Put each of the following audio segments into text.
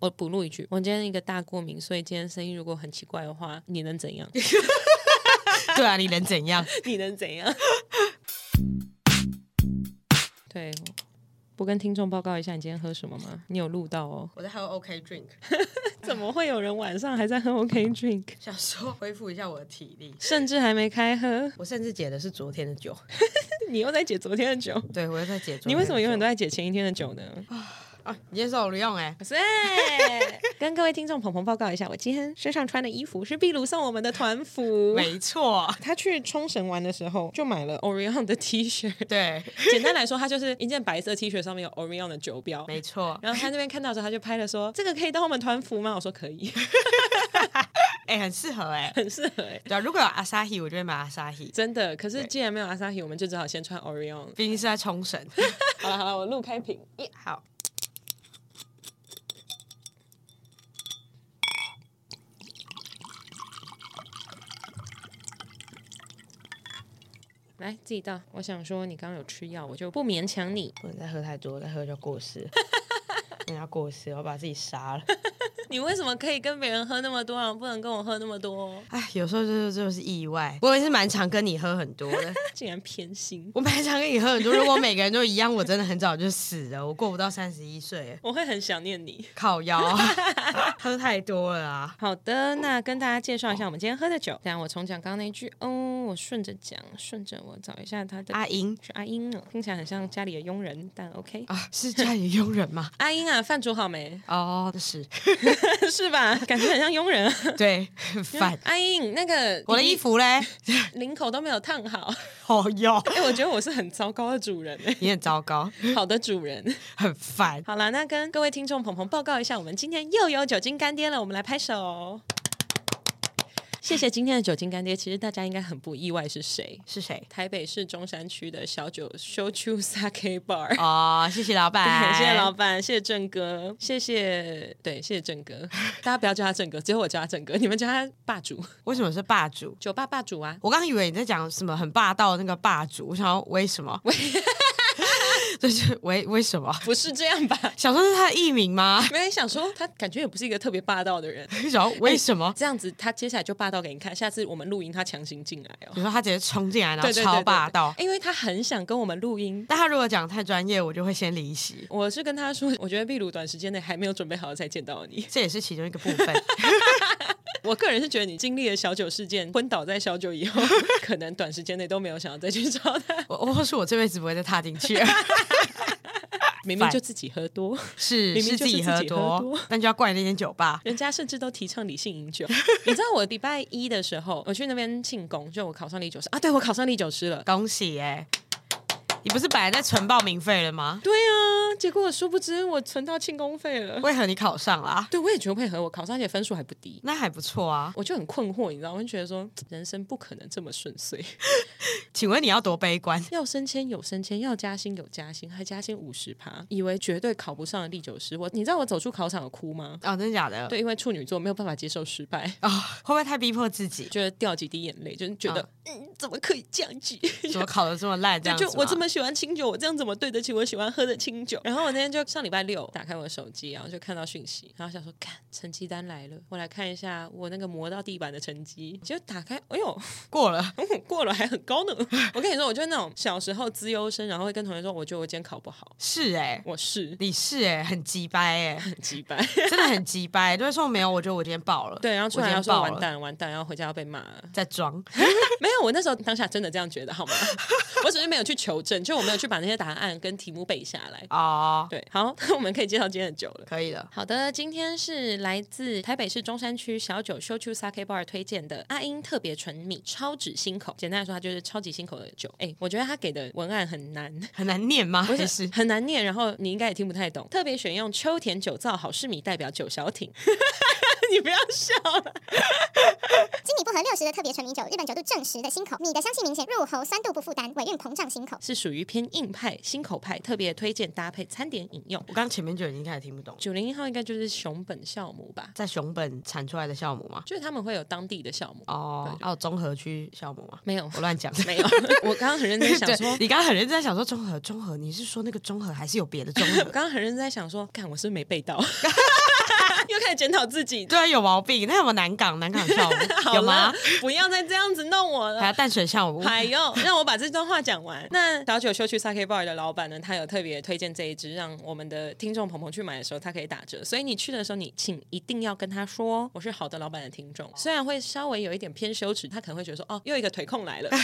我补录一句，我今天一个大过敏，所以今天声音如果很奇怪的话，你能怎样？ 对啊，你能怎样？ 你能怎样？ 对，不跟听众报告一下你今天喝什么吗？你有录到哦？我在喝 OK drink，怎么会有人晚上还在喝 OK drink，想说恢复一下我的体力。甚至还没开喝？我甚至解的是昨天的酒， 你又在解昨天的酒？对我又在解。你为什么永远都在解前一天的酒呢？啊？你也是 我用哎、是， 跟各位听众鹏鹏报告一下，我今天身上穿的衣服是秘鲁送我们的团服。没错，他去冲绳玩的时候就买了 Orion 的 T 恤，对， 简单来说，它就是一件白色 T 恤，上面有 Orion 的酒标。没错。然后他那边看到的时候，他就拍了说：“这个可以当我们团服吗？”我说：“可以，哎、很适合哎、很适合、欸，对啊，如果有阿萨希，我就会买阿萨希。真的。”可是既然没有阿萨希，我们就只好先穿 Orion。毕竟是在冲 绳。好了好了，我录开屏。一好，来，自己倒。我想说，你刚刚有吃药，我就不勉强你。不能再喝太多，再喝就过 世。你要过世，我要把自己杀了。 你为什么可以跟别人喝那么多，啊然后不能跟我喝那么多？哎，有时候就是就是意外。我也是蛮常跟你喝很多 的，竟然偏心，我蛮常跟你喝很多。如果每个人都一样，我真的很早就死了，我过不到三十一岁。我会很想念你。靠腰， 喝太多了啊！好的，那跟大家介绍一下我们今天喝的酒。等一下我重讲刚刚那一句，哦，我顺着讲，顺着我找一下他的阿英是阿英哦，听起来很像家里的佣人，但 OK。啊，是家里佣人吗？阿英啊，饭煮好没？ 哦，是，是吧？感觉很像佣人 啊。对，很烦。阿英，那个我的衣服嘞？领口都没有烫好， 哦哟，哎、我觉得我是很糟糕的主人、 哎你很糟糕，好的主人。很烦。好啦，那跟各位听众鹏鹏报告一下，我们今天又有酒精干爹了，我们来拍手。谢谢今天的酒精干爹，其实大家应该很不意外是谁。是谁？台北市中山区的小酒 Shochu Sake Bar，、哦，谢谢老板，对， 谢谢老板，谢谢郑哥，谢谢，对，谢谢郑哥。 大家不要叫他郑哥，只有我叫他郑哥，你们叫他霸主， 为什么是霸主？酒吧霸主啊。我刚以为你在讲什么很霸道的那个霸主，我想要为什么？为， 就是为为什么？不是这样吧？ 想说是他的艺名吗？ 没人想说他感觉也不是一个特别霸道的人，想要为什么？这样子他接下来就霸道给你看。下次我们录音，他强行进来哦，你说他直接冲进来，然后对对对超霸道。对因为他很想跟我们录音。但他如果讲太专业，我就会先离席。我是跟他说，我觉得秘鲁短时间内还没有准备好才见到你。 这也是其中一个部分。我个人是觉得你经历了小酒事件，昏倒在小酒以后， 可能短时间内都没有想要再去找他，我我或许我这辈子不会再踏 进去了，明 明就自己喝多，是明明就是是自自己己喝喝多多，那就要怪那间酒吧。人家甚至都提倡理性饮酒。 你知道我礼拜一的时候，我去那边庆功，就我考上历酒师啊，对我考上历酒师了。恭喜哎、你不是本来在存报名费了吗？对啊，结果殊不知我存到庆功费了。为何你考上啦？对，我也觉得配合我考上，而且分数还不低。那还不错啊。我就很困惑，你知道吗，我就觉得说人生不可能这么顺遂， 请问你要多悲观？要升迁有升迁，要加薪有加薪，还加薪五十趴，以为绝对考不上的历久师，我你知道我走出考场有哭吗？哦，真的假的？对，因为处女座没有办法接受失败，啊、会不会太逼迫自己？觉得掉几滴眼泪，就是觉得、啊嗯，怎么可以这样子？怎么考的这么烂？这对，样子就吗我这么喜欢清酒，我这样怎么对得起我喜欢喝的清酒？然后我那天就上礼拜六打开我的手机，然后就看到讯息，然后想说，看成绩单来了，我来看一下我那个磨到地板的成绩。结果打开，哎呦， 过了，过了还很高呢。 我跟你说，我就是那种小时候资优生，然后会跟同学说，我觉得我今天考不好，是哎、我是你是哎、很鸡掰哎、很鸡掰。真的很鸡掰、就会说没有，我觉得我今天爆了， 对，然后出我来今要天说爆完了，蛋了，完蛋，然后回家要被骂了。 在装，没有，我那时候当下真的这样觉得，好吗？我只是没有去求证，准确，我没有去把那些答案跟题目背下来。哦，对，好， 我们可以介绍今天的酒了。可以的。好的，今天是来自台北市中山区小酒 Shochu Sake Bar 推荐的阿英特别纯米超指心口。简单来说，它就是超级心口的酒。哎，我觉得他给的文案很难。很难念吗？不是还 是很难念，然后你应该也听不太懂。特别选用秋田酒造好事米代表九小艇， 你不要笑了。金米不合六十的特别纯米酒，日本酒度正十的新口，米的香气明显，入喉酸度不负担，尾韵膨胀新口。是属于偏硬派、新口派，特别推荐搭配餐点饮用。我刚前面就已经开始听不懂，九零一号应该就是熊本酵母吧，在熊本产出来的酵母吗？就是他们会有当地的酵母。哦，还有综合区酵母吗？没有， 我乱讲。没有。我刚刚很认真想说对，你刚刚很认真在想说综合，综合，你是说那个综合还是有别的综我合？ 刚刚很认真在想说，看我是不是没背到，又开始检讨自己。 对啊，有毛病。那有没有南港南港 酵母？有啦吗？？不要再这样子弄我还有了。淡水酵母？还有，让我把这段话讲完。那小九秀去 Sake Bar 的老板呢，他有特别推荐这一支，让我们的听众鹏鹏去买的时候，他可以打折。所以你去的时候，你请一定要跟他说，哦我是好的老板的听众。虽然会稍微有一点偏羞耻，他可能会觉得说，哦，又一个腿控 来了。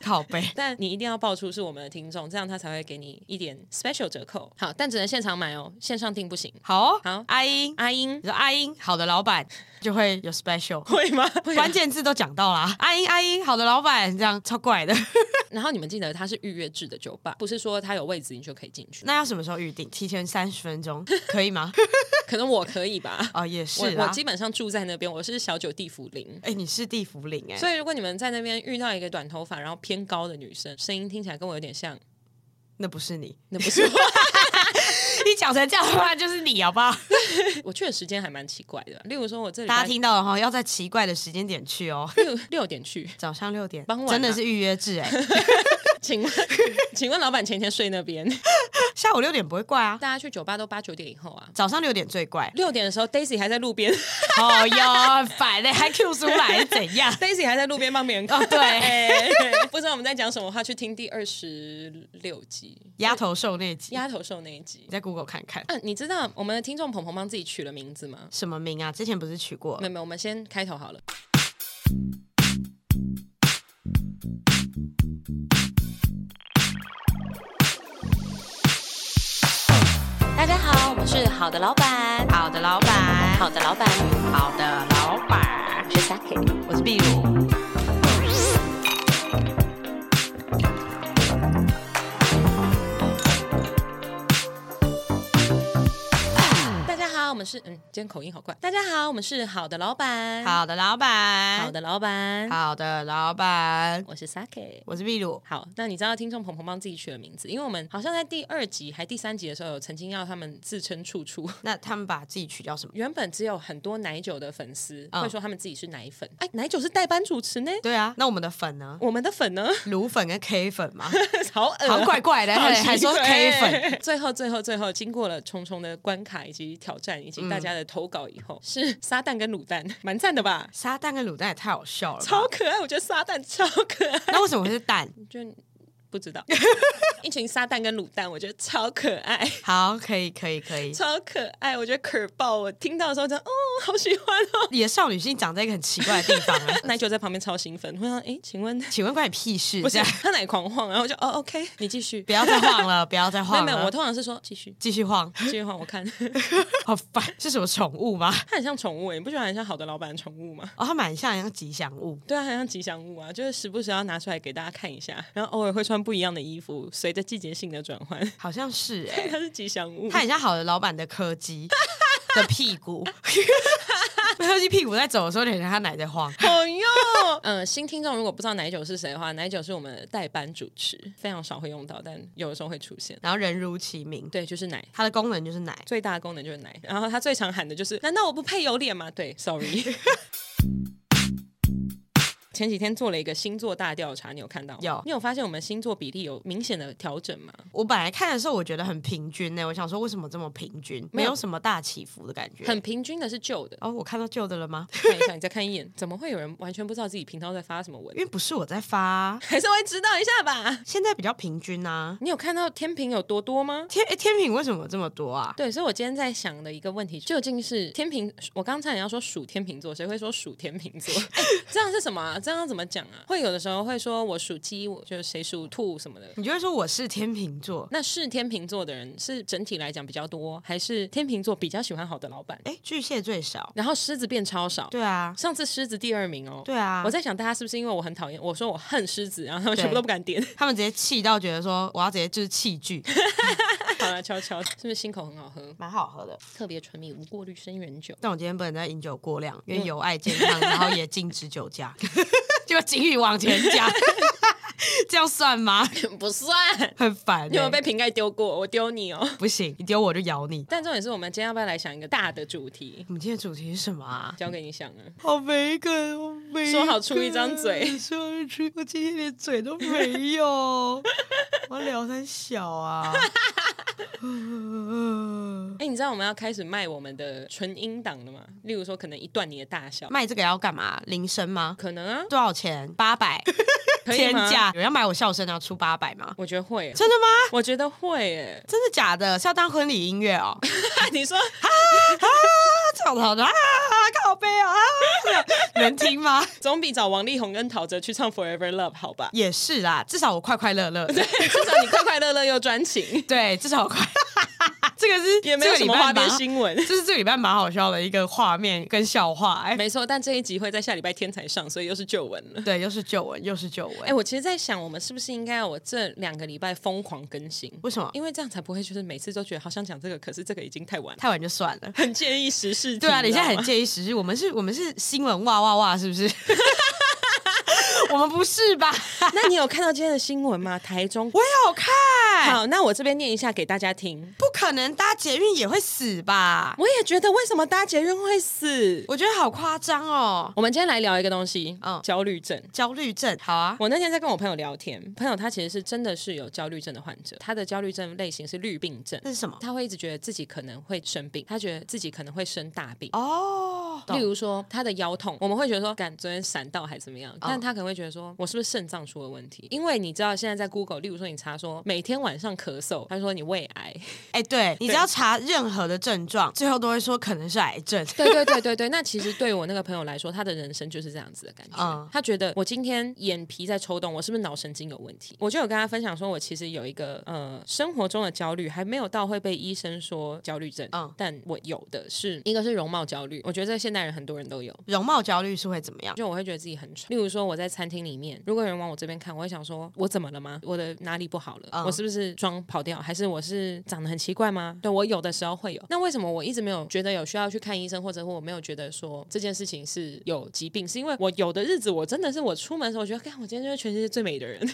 靠背。但你一定要报出是我们的听众，这样他才会给你一点 special 折扣。好，但只能现场买哦，线上订不行。好哦，好阿英，阿英你说阿英，好的老板就会有 special。 会吗？会吗关键字都讲到啦，阿英阿英，好的老板，这样超怪的。 然后你们记得它是预约制的酒吧，不是说它有位置你就可以进去。那那要什么时候预定？提前三十分钟可 以吗？可能我可以吧，哦，也 是我我啦。基本上住在那边，我是小酒地府林。哎、你是地府领哎、所以，如果你们在那边遇到一个短头发然后偏高的女生，声音听起来跟我有点像，那不是你，那不是 我。你讲成这样的话就是你，好不好？我去的时间还蛮奇怪的，例如说我这里大家听到了哈，要在奇怪的时间点去哦，六 六点去，早上六点，傍晚啊真的是预约制哎、请问 请问老板前天睡那边？下午六点不会怪啊，大家去酒吧都八九点以后啊，。早上六点最怪 六点的时候 Daisy 还在路边 哦哟，烦嘞，还 Q 出来是怎样？ ，Daisy 还在路边帮别人哦，对，哎，不知道我们在讲什么话，去听第二十六集丫头受那集，丫头兽那一集你。在 Google 看看啊，你知道我们的听众鹏鹏帮自己取了名字吗？什么名啊？之前不是取过没有没有，我们先开头好了。大家好，我们是好的老板，好的老板，好的，老板，好的老板，我是 Saki。我是壁炉。大家好，我们是嗯，今天口音好怪。大家好，我们是好的老板，好的老板，好，的老板，好的老板，我是 Saki。我是秘鲁。好，那你知道听众鹏鹏帮自己取的名字，因为我们好像在第二集还第三集的时候，有曾经要他们自称处处。 那他们把自己取叫什么？原本只有很多奶酒的粉丝、嗯会说他们自己是奶粉，哎，奶酒是代班主持呢，对啊，那我们的粉呢？我们的粉呢， 卤粉跟 K 粉嘛，好恶、好像啊。怪怪的，好还奇怪还说 K 粉， 最后，最后，最后，经过了重重的关卡以及挑战，以及大嗯家的投稿以后，是撒旦跟卤蛋，蛮赞的吧？沙蛋跟卤蛋也太好笑了吧，超可爱，我觉得撒旦超可爱， 那为什么会是蛋？就不知道 一群撒旦跟卤蛋，我觉得超可爱，好，可以，可以，可以。 超可爱，我觉得可爆！我听到的时候就哦，好喜欢哦。你的少女心长在一个很奇怪的地方 啊，奶酒在旁边超兴奋，我想哎，请问请问关你屁 事？不是这样他奶狂晃，然后我就哦，OK，你继续，不要再晃了，不要再没有晃没有，我了，通常是说继续继 续晃，继续晃，我看好烦。是什么宠物吗？它很像宠物欸，你不觉得它很像好的老板的宠物吗？哦，它蛮像一个吉祥物。对啊，很像吉祥物啊，就是时不时要拿出来给大家看一下，然后偶尔会穿不一样的衣服，随着季节性的转换，好像是 哎、它是吉祥物。它很像好的老板的柯基的屁 股，柯基屁股在走的时候，有点像他奶在晃。好用， 嗯，新听众如果不知道奶酒是谁的话，奶酒是我们的代班主持，非常少会用到，但有的时候会出现。然后人如其名，对，就是奶，它的功能就是奶。最大的功能就是奶。然后他最常喊的就是：“难道我不配有脸吗？”对，sorry。前几天做了一个星座大调查，你有看到吗？有你有发现我们星座比例有明显的调整吗？我本来看的时候，我觉得很平均欸呢、我想说为什么这么平均，没有有什么大起伏的感觉。很平均的是 ，旧的哦，我看到旧的了吗？看一下，你再看一眼，怎么会有人完全不知道自己频道在发什么文因？为不是我在发啊、还是会知道一下吧。现在比较平均啊。你有看到天平有多多吗？天诶天平为什么这么多啊？对，所以我今天在想的一个问题， 究竟是天平？我刚才也要说属天秤座，谁会说属天秤座？哎这样是什么、啊？这样要怎么讲啊？会有的时候会说我属鸡，我就谁属兔什么的。你就会说我是天秤座。那是天秤座的人是整体来讲比较多，还是天秤座比较喜欢好的老板？哎，巨蟹最少。然后狮子变超少。对啊，上次狮子第二名哦。对啊我在想大家是不是因为我很讨厌，我说我恨狮子，然后他们对全部都不敢点。 他们直接气到觉得说我要直接就是弃剧，好了，悄悄，是不是心口很好喝？蛮好喝的。特别纯米无过滤生源酒。但我今天不能再饮酒过量，嗯因为有碍健康，然后也禁止酒驾， 就警语往前加， 这样算吗？ 不算。很烦、欸。你有没有被瓶盖丢过？我丢你哦。不行，你丢我就咬你。但重点是我们今天要不要来想一个大的主题？我们今天的主题是什么啊？交给你想啊。好没梗，我没说好出一张嘴梗说出我今天连嘴都没有， 我聊很小啊。哎、你知道我们要开始卖我们的纯音档了吗？例如说，可能一段你的大小，卖这个要干嘛？铃声吗？可能啊，多少钱？八百， 可以天吗价。有人要买我笑声要出八百吗？我觉得会，真的吗？，我觉得会，哎 真的假的？是要当婚礼音乐哦？你说他唱的好的啊，靠背啊， 啊能听吗？？总比找王力宏跟陶喆去唱 Forever Love 好吧 也是啦，至少我快快乐乐的。至少你快快乐乐又专情，对，至少我快。 这个是也没有什么花边心。新 闻。这是这个礼拜蛮好笑的一个画面跟笑话，哎、没错，但这一集会在下礼拜天才上，所以又是旧闻了。对，又是旧闻，又是旧闻，哎、哎、我其实在想，我们是不是应该要我这两个礼拜疯狂更新？为什么？因为这样才不会就是每次都觉得好想讲这个，可是这个已经太晚了。太晚就算 了。很建议时事题，对啊，你知现道在很吗介意时事，我们是，我们是新闻哇哇哇，是不是？ 我们不是吧？ 那你有看到今天的新闻吗？台中。我有 看，好，那我这边念一下给大家听。不可能搭捷运也会死吧？我也觉得，为什么搭捷运会死？我觉得好夸张哦，我们今天来聊一个东西，嗯焦虑症。焦虑症，好啊，我那天在跟我朋友聊天，朋友他其实是真的是有焦虑症的患者，他的焦虑症类型是绿病症这，是什么？他会一直觉得自己可能会生病，他觉得自己可能会生大病。哦，例如说他的腰痛，我们会觉得说，感昨天闪到还怎么样？但他可能会觉得说，我是不是肾脏出了问题？因为你知道现在在 Google，例如说你查说每天晚上咳嗽，他说你胃癌，哎、对，你只要查任何的症状，最后都会说可能是癌症。对对对对对，那其实对我那个朋友来说，他的人生就是这样子的感觉。嗯他觉得我今天眼皮在抽动，我是不是脑神经有问题？我就有跟他分享说，我其实有一个呃生活中的焦虑，还没有到会被医生说焦虑症。嗯但我有的是一个是容貌焦虑，我觉得这现代人很多人都有。容貌焦虑是会怎么样？就我会觉得自己很丑，例如说我在餐厅里面，如果有人往我这边看，我会想说，我怎么了吗？我的哪里不好了？嗯我是不是妆跑掉？还是我是长得很奇怪吗？对我有的时候会有。那为什么我一直没有觉得有需要去看医生，或者我没有觉得说这件事情是有疾病？是因为我有的日子我真的是我出门的时候，我觉得，看我今天就是全世界最美的人。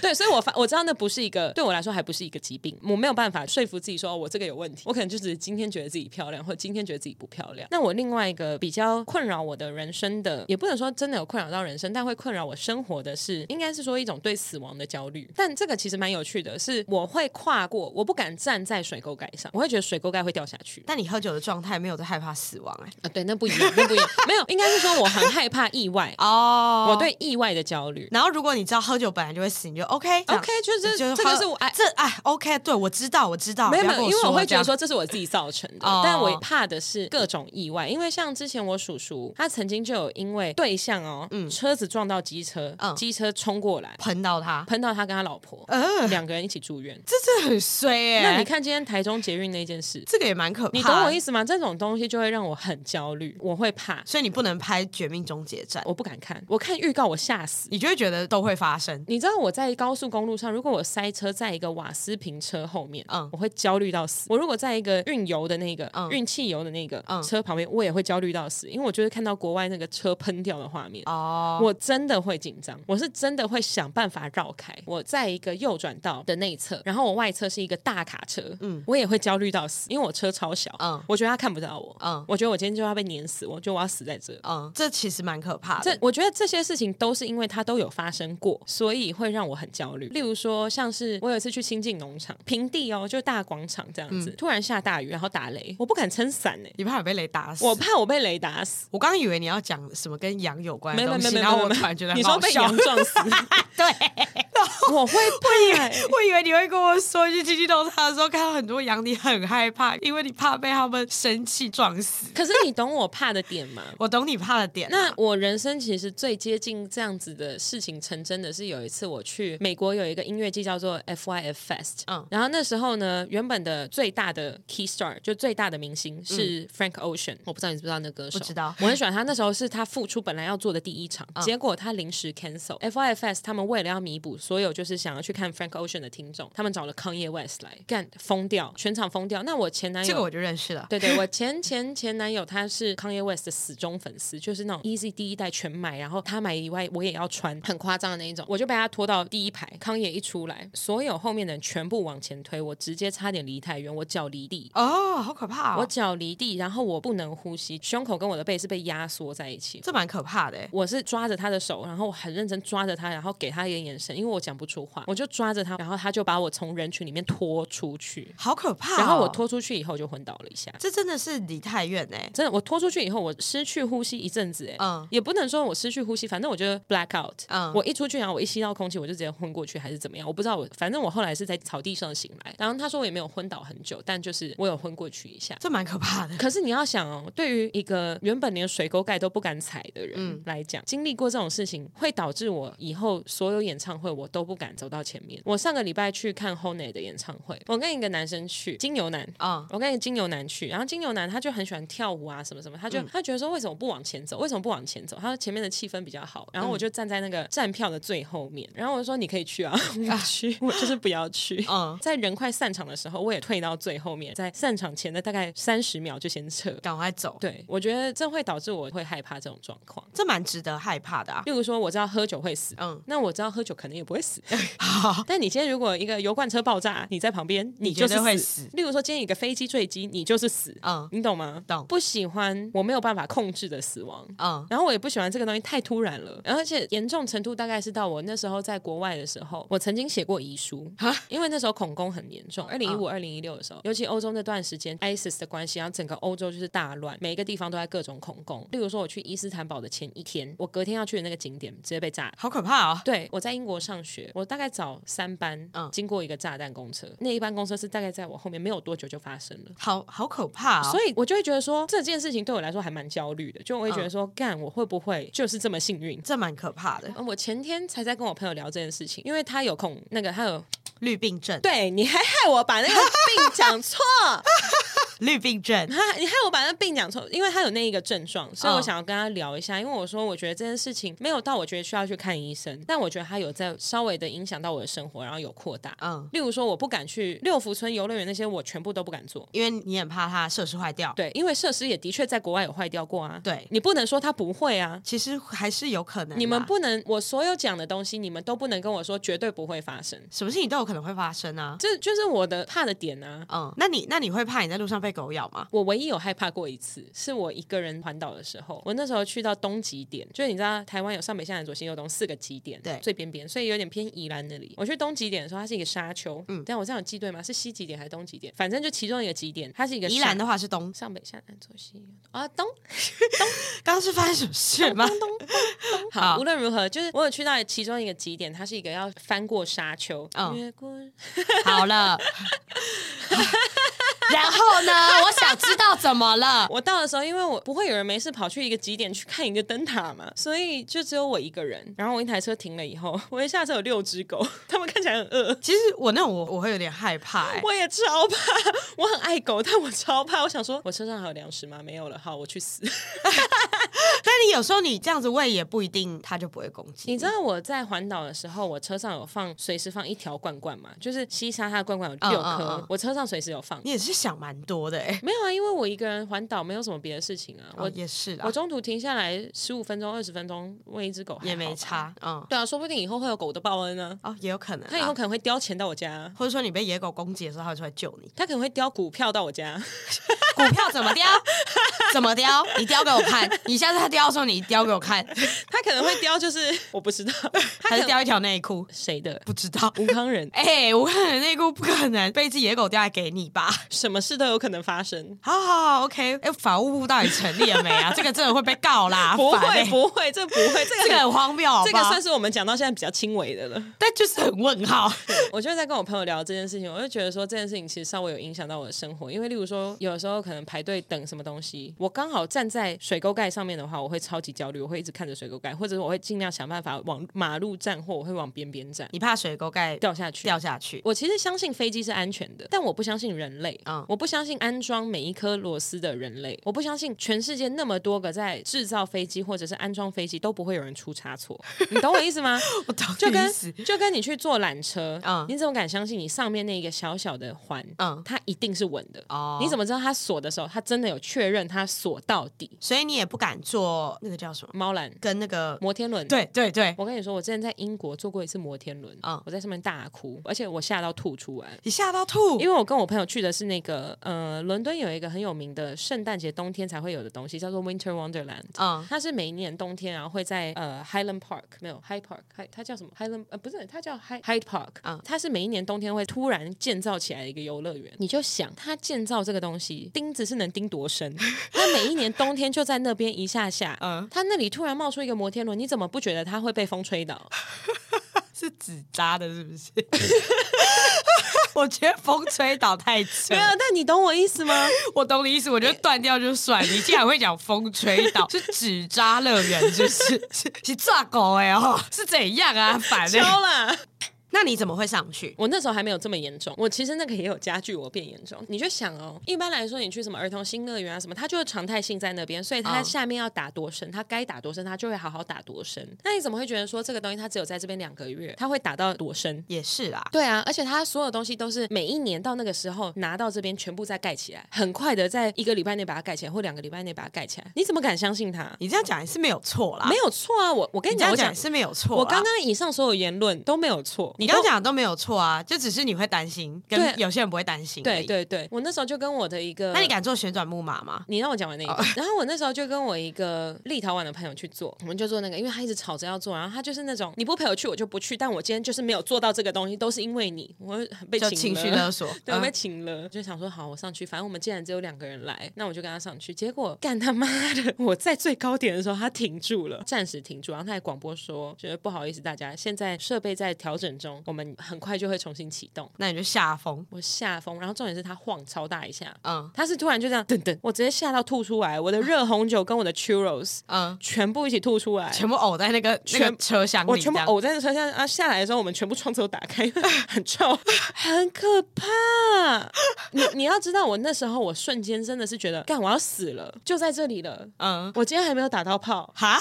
对，所以我发我知道那不是一个对我来说还不是一个疾病，我没有办法说服自己说、哦我这个有问题，我可能就只是今天觉得自己漂亮，或者今天觉得自己不漂亮。那我另外一个比较困扰我的人生的，也不能说真的有困扰到人生，但会困扰我生活的是，应该是说一种对死亡的焦虑。但这个其实蛮有趣的是，我会跨过，我不敢站在水沟盖上，我会觉得水沟盖会掉下去。但你喝酒的状态没有在害怕死亡、哎。啊，对，那不一样，那不一样， 没有，应该是说我很害怕意 外，哦，我。对意外的焦虑。然后如果你知道喝酒本来就会死，你就 OK 这样 OK，就是你这个喝是我哎这哎 OK，对我知道我知道，没有不没要有，跟因为我会觉得这样说这是我自己造成的，哦但我怕的是各种意外，因为像之前我叔叔他曾经就有因为对象哦，车子撞到机车，嗯机车冲过来喷 到他，喷到他跟他老婆，呃，两个人一起住 院。这真的很衰哎、那你看今天台中捷运那件 事，这个也蛮可怕，你懂我意思？思吗？这种东西就会让我很焦虑，我会怕，所以你不能拍《绝命终结战》，我不敢看，我看预告我吓死。你就会觉得都会发生。你知道我在高速公路上，如果我塞车在一个瓦斯瓶车后面，嗯我会焦虑到死；我如果在一个运油的那个、嗯运汽油的那个、嗯车旁边，我也会焦虑到死，因为我就是看到国外那个车喷掉的画面。哦，我真的会紧张，我是真的会想办法绕开。我在一个右转道的内侧，然后我外侧是一个大卡车，嗯，我也会焦虑到死，因为我车超小，嗯嗯，我觉得他看不到我，嗯嗯，我觉得我今天就要被碾死，我觉得我要死在这，嗯，这其实蛮可怕的。这我觉得这些事情都是因为它都有发生过，所以会让我很焦虑。例如说，像是我有一次去新进农场平地哦，就是大广场这样子，嗯突然下大雨，然后打雷，我不敢撑伞呢、你怕我被雷打死？我怕我被雷打死。我刚刚以为你要讲什么跟羊有关没的有哎东没西，有没然后有我没突有然觉得，你很说好被笑羊撞死，对，我会怕、欸。 我以为你会跟我说，去经济农场的时候看到很多羊，你很害怕，因为你怕被他们生气撞死。可是你懂我怕的点吗？我懂你怕的点啊、那我人生其实最接近这样子的事情成真的是有一次我去美国有一个音乐季叫做 FYF Fest，嗯然后那时候呢，原本的最大的 key star 就最大的明星是 Frank Ocean，、我不知道你知不知道那歌手，嗯不知道嗯我很喜欢他。那时候是他复出本来要做的第一场，结果他临时 cancel。FYF Fest 他们为了要弥补所有就是想要去看 Frank Ocean 的听众，他们找了 Kanye West 来干疯掉，全场疯掉。那我前男友这个我就认识了。哎对对，我前前前男友他是 Kanye West 的死忠粉丝，就是那种 Easy 第一代全买，然后他买以外我也要穿，很夸张的那一种。我就被他拖到第一排，康也一出来，所有后面的人全部往前推，我直接差点离太远，我脚离地。哦，好可怕、哦！我脚离地，然后我不能呼吸，胸口跟我的背是被压缩在一起。这蛮可怕的欸。我是抓着他的手，然后我很认真抓着他，然后给他一个眼神，因为我讲不出话，我就抓着他，然后他就把我从人群里面拖出去，好可怕、哦然后我，拖出去以后就昏倒了一下。这真的是离太远哎、真的，我拖出去以后，我失去呼吸一阵子、欸，嗯也不能说我失去呼吸，反正我就 black out，嗯我一出去然后我一吸到空气，我就直接昏过去，还是怎么样，我不知道我，反正我后来是在草地上醒来，然后他说我也没有昏倒很久，但就是我有昏过去一下。这蛮可怕的。可是你要想哦，对于一个原本连水沟盖都不敢踩的人嗯来讲，经历过这种事情，会导致我以后所有演唱会我都不敢走到前面。我上个礼拜去看 Honey 的演唱会，我跟一个男生去，金牛男，嗯，我跟金牛男去，然后金牛男他就很喜欢跳舞啊，什么什么，他就、嗯他觉得说为什么不往前走，为什么不往前走？他说前面的气氛比较好，然后我嗯就站在那个站票的最后面，然后我就说你可以去啊，我不去，我就是不要去。嗯在人快散场的时候，我也退到最后面，在散场前的大概三十秒就先撤。赶快走，对，我觉得这会导致我会害怕这种状况。这蛮值得害怕的啊。例如说，我知道喝酒会死，嗯那我知道喝酒可能也不会 死。但你今天如果一个油罐车爆炸，你在旁边，你就是绝对会死死。例如说，今天一个飞机坠机，你就是死。嗯你懂吗？懂不喜欢我没有办法控制的死亡。嗯，然后我也不喜欢这个东西太突然了，而且严重程度大概是到我那时候在国外的时候，我曾经写过遗书，因为那时候恐攻很严啊重，二零一五、二零一六的时候，尤其欧洲那段时间 ISIS 的关系，然后整个欧洲就是大乱，每一个地方都在各种恐攻。例如说，我去伊斯坦堡的前一天，我隔天要去的那个景点直接被炸好可怕哦。对，我在英国上学，我大概早三班，嗯经过一个炸弹公车，那一班公车是大概在我后面没有多久就发生了。好好可怕、哦，所以以我就会觉得说这件事情对我来说还蛮焦虑的，就我会觉得嗯说，干我会不会就是这么幸运？这蛮可怕的。呃我前天才在跟我朋友聊这件事情，因为他有恐那个他有，绿病症，，对你还害我把那个病讲 错，绿病症，他你害我把那病讲错，因为他有那一个症状，所以嗯我想要跟他聊一下，因为我说我觉得这件事情没有到我觉得需要去看医生，但我觉得他有在稍微的影响到我的生活，然后有扩大，嗯，例如说，我不敢去六福村游乐园那些，我全部都不敢做。因为你很怕它设施坏掉。，对，因为设施也的确在国外有坏掉过啊。对你不能说它不会啊。其实还是啊有可能啦。你们不能，我所有讲的东西，你们都不能跟我说绝对不会发生。什么事情都有可能会发生啊。这就是我的怕的点啊。嗯，那你那你会怕你在路上被狗咬吗？我唯一有害怕过一次，是我一个人环岛的时候，我那时候去到东极点，就是你知道台湾有上北下南左西右东四个极点，对最边边，所以有点偏宜兰那里。我去东极点的时候，它是一个沙丘，嗯，但我这样有记对吗？是西极点还是东极点？反正就其中一个极点，它是一个宜沙兰的话是东，上北下南左西右啊东刚刚是发生什么事吗？好，好无论如何，就是我有去到其中一个极点，它是一个要翻过沙丘，嗯越过 好了，然后呢？我想知道怎么了。我到的时候，因为我不会有人没事跑去一个极点去看一个灯塔嘛，所以就只有我一个人。然后我一台车停了以后， 我一下车有六只狗， 它们看起来很饿。其实我那种我我会有点害怕、欸，我也超怕， 我很爱狗，但我超怕。我想说，我车上还有粮食吗？没有了，好，我去死。 但你有时候你这样子喂也不一定它就不会攻击你知道我在环岛的时候，我车上有放随时放一条罐罐嘛，就是西沙它的罐罐有六嗯嗯颗，嗯我车上随时有放。你也是想蛮多的哎、欸。没有啊，因为我一个人环岛没有什么别的事情啊，哦我也是啦我，中途停下来十五分钟、二十分钟喂一只狗还也好没吧。差，嗯，对啊，说不定以后会有狗的报恩呢、哦，也有可能啊，啦，它以后可能会叼钱到我家，。或者说你被野狗攻击的时候，它会出来救你它可能会叼股票到我家。股票 怎么叼？怎么叼？你叼给我看！你下次它叼的时候，你叼给我看，他可能会叼，就是 我不知道， 他还可是能叼一条内裤？谁的不知道。吴康人，哎、我看你内裤不可能被一只野狗叼来给你吧？什么事都有可能发生。好好好，OK。哎、法务部到底成立了没啊？这个真的会被告啦！不烦会，欸不会，这不会，这个这个很很荒谬好不好，这个算是我们讲到现在比较轻微的了。但就是很问号。 我就在跟我朋友聊这件事情，我就觉得说这件事情其实稍微有影响到我的生活，因为例如说有时候可能排队等什么东西，我刚好站在水沟盖上面的话，我会超级焦虑，我会一直看着水沟盖，或者我会尽量想办法往马路站或我会往边边站你怕水沟盖掉下去。掉下去？我其实相信飞机是安全的，但我不相信人类。嗯我不相信安装每一颗螺丝的人类，我不相信全世界那么多个在制造飞机或者是安装飞机都不会有人出差错。你懂我意思吗？ 我懂就你意跟思。就跟你去坐缆车，嗯你怎么敢相信你上面那一个小小的环，嗯它一定是稳的？哦你怎么知道它锁的时候，它真的有确认它锁到底？所以你也不敢做那个叫什么，猫缆、跟那个摩天轮，对对对，我跟你说，我之前在英国坐过一次摩天轮，嗯我在上面大哭，而且我吓到吐出来。你吓到吐，因为我跟我朋友去的是那个呃，伦敦有一个很有名的圣诞节冬天才会有的东西，叫做 Winter Wonderland。嗯它是每一年冬天，然后会在呃 Highland Park 没有 High Park，High- 它叫什么 Highland 呃不是，它叫 High Hyde Park。嗯它是每一年冬天会突然建造起来的一个游乐园。你就想，它建造这个东西，钉子是能钉多 深？它每一年冬天就在那边一下 下，嗯它那里突然冒出一个摩天轮，你怎么不觉得它会被风吹 倒？是纸扎的，是不是？我觉得风吹倒太扯没，有，但你懂我意思 吗？我懂你意思，我觉得断掉就算。你竟然会讲风吹倒，是纸扎乐园，是不是？是是炸狗哎哦， 是怎样啊？反交正、啦。那你怎么会上去？我那时候还没有这么严重，我其实那个也有加剧我变严重。你就想哦，一般来说你去什么儿童新乐园啊什么，它就是常态性在那边，所以它嗯下面要打多深，它该打多深，它就会好好打多深。那你怎么会觉得说这个东西它只有在这边两个月，它会打到多深？也是啦，对啊，而且它所有东西都是每一年到那个时候拿到这边全部再盖起来，很快的在一个礼拜内把它盖起来，或两个礼拜内把它盖起来。你怎么敢相信它？你这样讲也是没有错啦，没有错啊！我我跟你这讲，样我讲讲也是没有错啦。我刚刚以上所有言论都没有错，你都刚刚讲的都没有错啊，就只是你会担心，对跟有些人不会担心。对。对对，我那时候就跟我的一个，那你敢做旋转木马吗？你让我讲完那一哦个。然后我那时候就跟我一个立陶宛的朋友去做，我们就做那个，因为他一直吵着要做，然后他就是那种你不陪我去我就不去，但我今天就是没有做到这个东西，都是因为你，我很被就请情绪了勒。索 ，对，我被嗯请了，就想说好，我上去，反正我们既然只有两个人来，那我就跟他上去。结果干他妈的，我在最高点的时候，他停住了，暂时停住，然后他还广播说，觉得不好意思大家，现在设备在调整中，我们很快就会重新启动。那你就下风。我吓疯，然后重点是他晃超大一下，嗯他是突然就这样，等等，我直接吓到吐出来，我的热红酒跟我的 churros 嗯，全部一起吐出来，全部呕在那个全那个车厢里，我全部这样。呕在那车厢啊！下来的时候，我们全部窗子都打 开，很臭，很可怕。你你要知道，我那时候我瞬间真的是觉得，干我要死了，就在这里了。嗯，我今天还没有打到 炮，哈，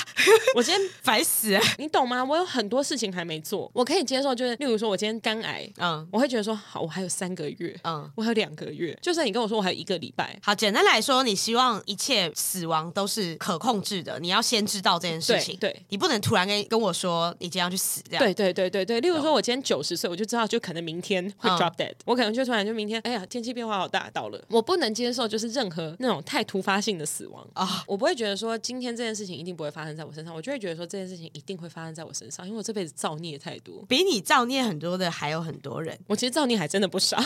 我今天烦死了。你懂吗？我有很多事情还没做，我可以接受，就是例如说我今天肝癌，嗯我会觉得说好，我还有三个月，嗯，我还有两个月，就算你跟我说我还有一个礼拜，好，简单来说，你希望一切死亡都是可控制的，你要先知道这件事情。对对你不能突然跟跟我说你今天要去死这样。对对对对对，例如说，我今天九十岁，我就知道就可能明天会嗯 drop dead，、我可能就突然就明天，哎呀，天气变化好大，倒了。我不能接受就是任何那种太突发性的死亡啊、我不会觉得说今天这件事情一定不会发生在我身上，我就会觉得说这件事情一定会发生在我身上，因为我这辈子造孽太多。比你造孽很多的还有很多人，我其实造孽还真的不少，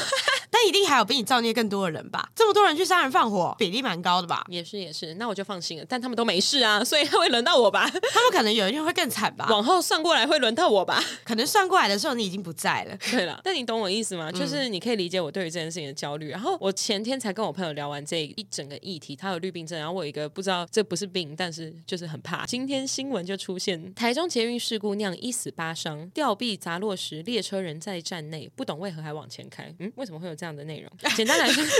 但一定还有比你造孽更多的人吧？这么多人去杀人放火，比例蛮高的吧？也是也是，那我就放心了。但他们都没事啊，所以会轮到我吧？他们可能有一天会更惨吧？往后算过来会轮到我吧？可能算过来的时候你已经不在了。对 了，但你懂我意思吗？就是你可以理解我对于这件事情的焦虑。然后我前天才跟我朋友聊完这一整个议题，他有绿病症，然后我有一个不知道这不是病，但是就是很怕。今天新闻就出现台中捷运事故酿一死八伤，吊臂砸落时列车人在站内，不懂为何还往前开。嗯，为什么会有这样的内容？简单来说。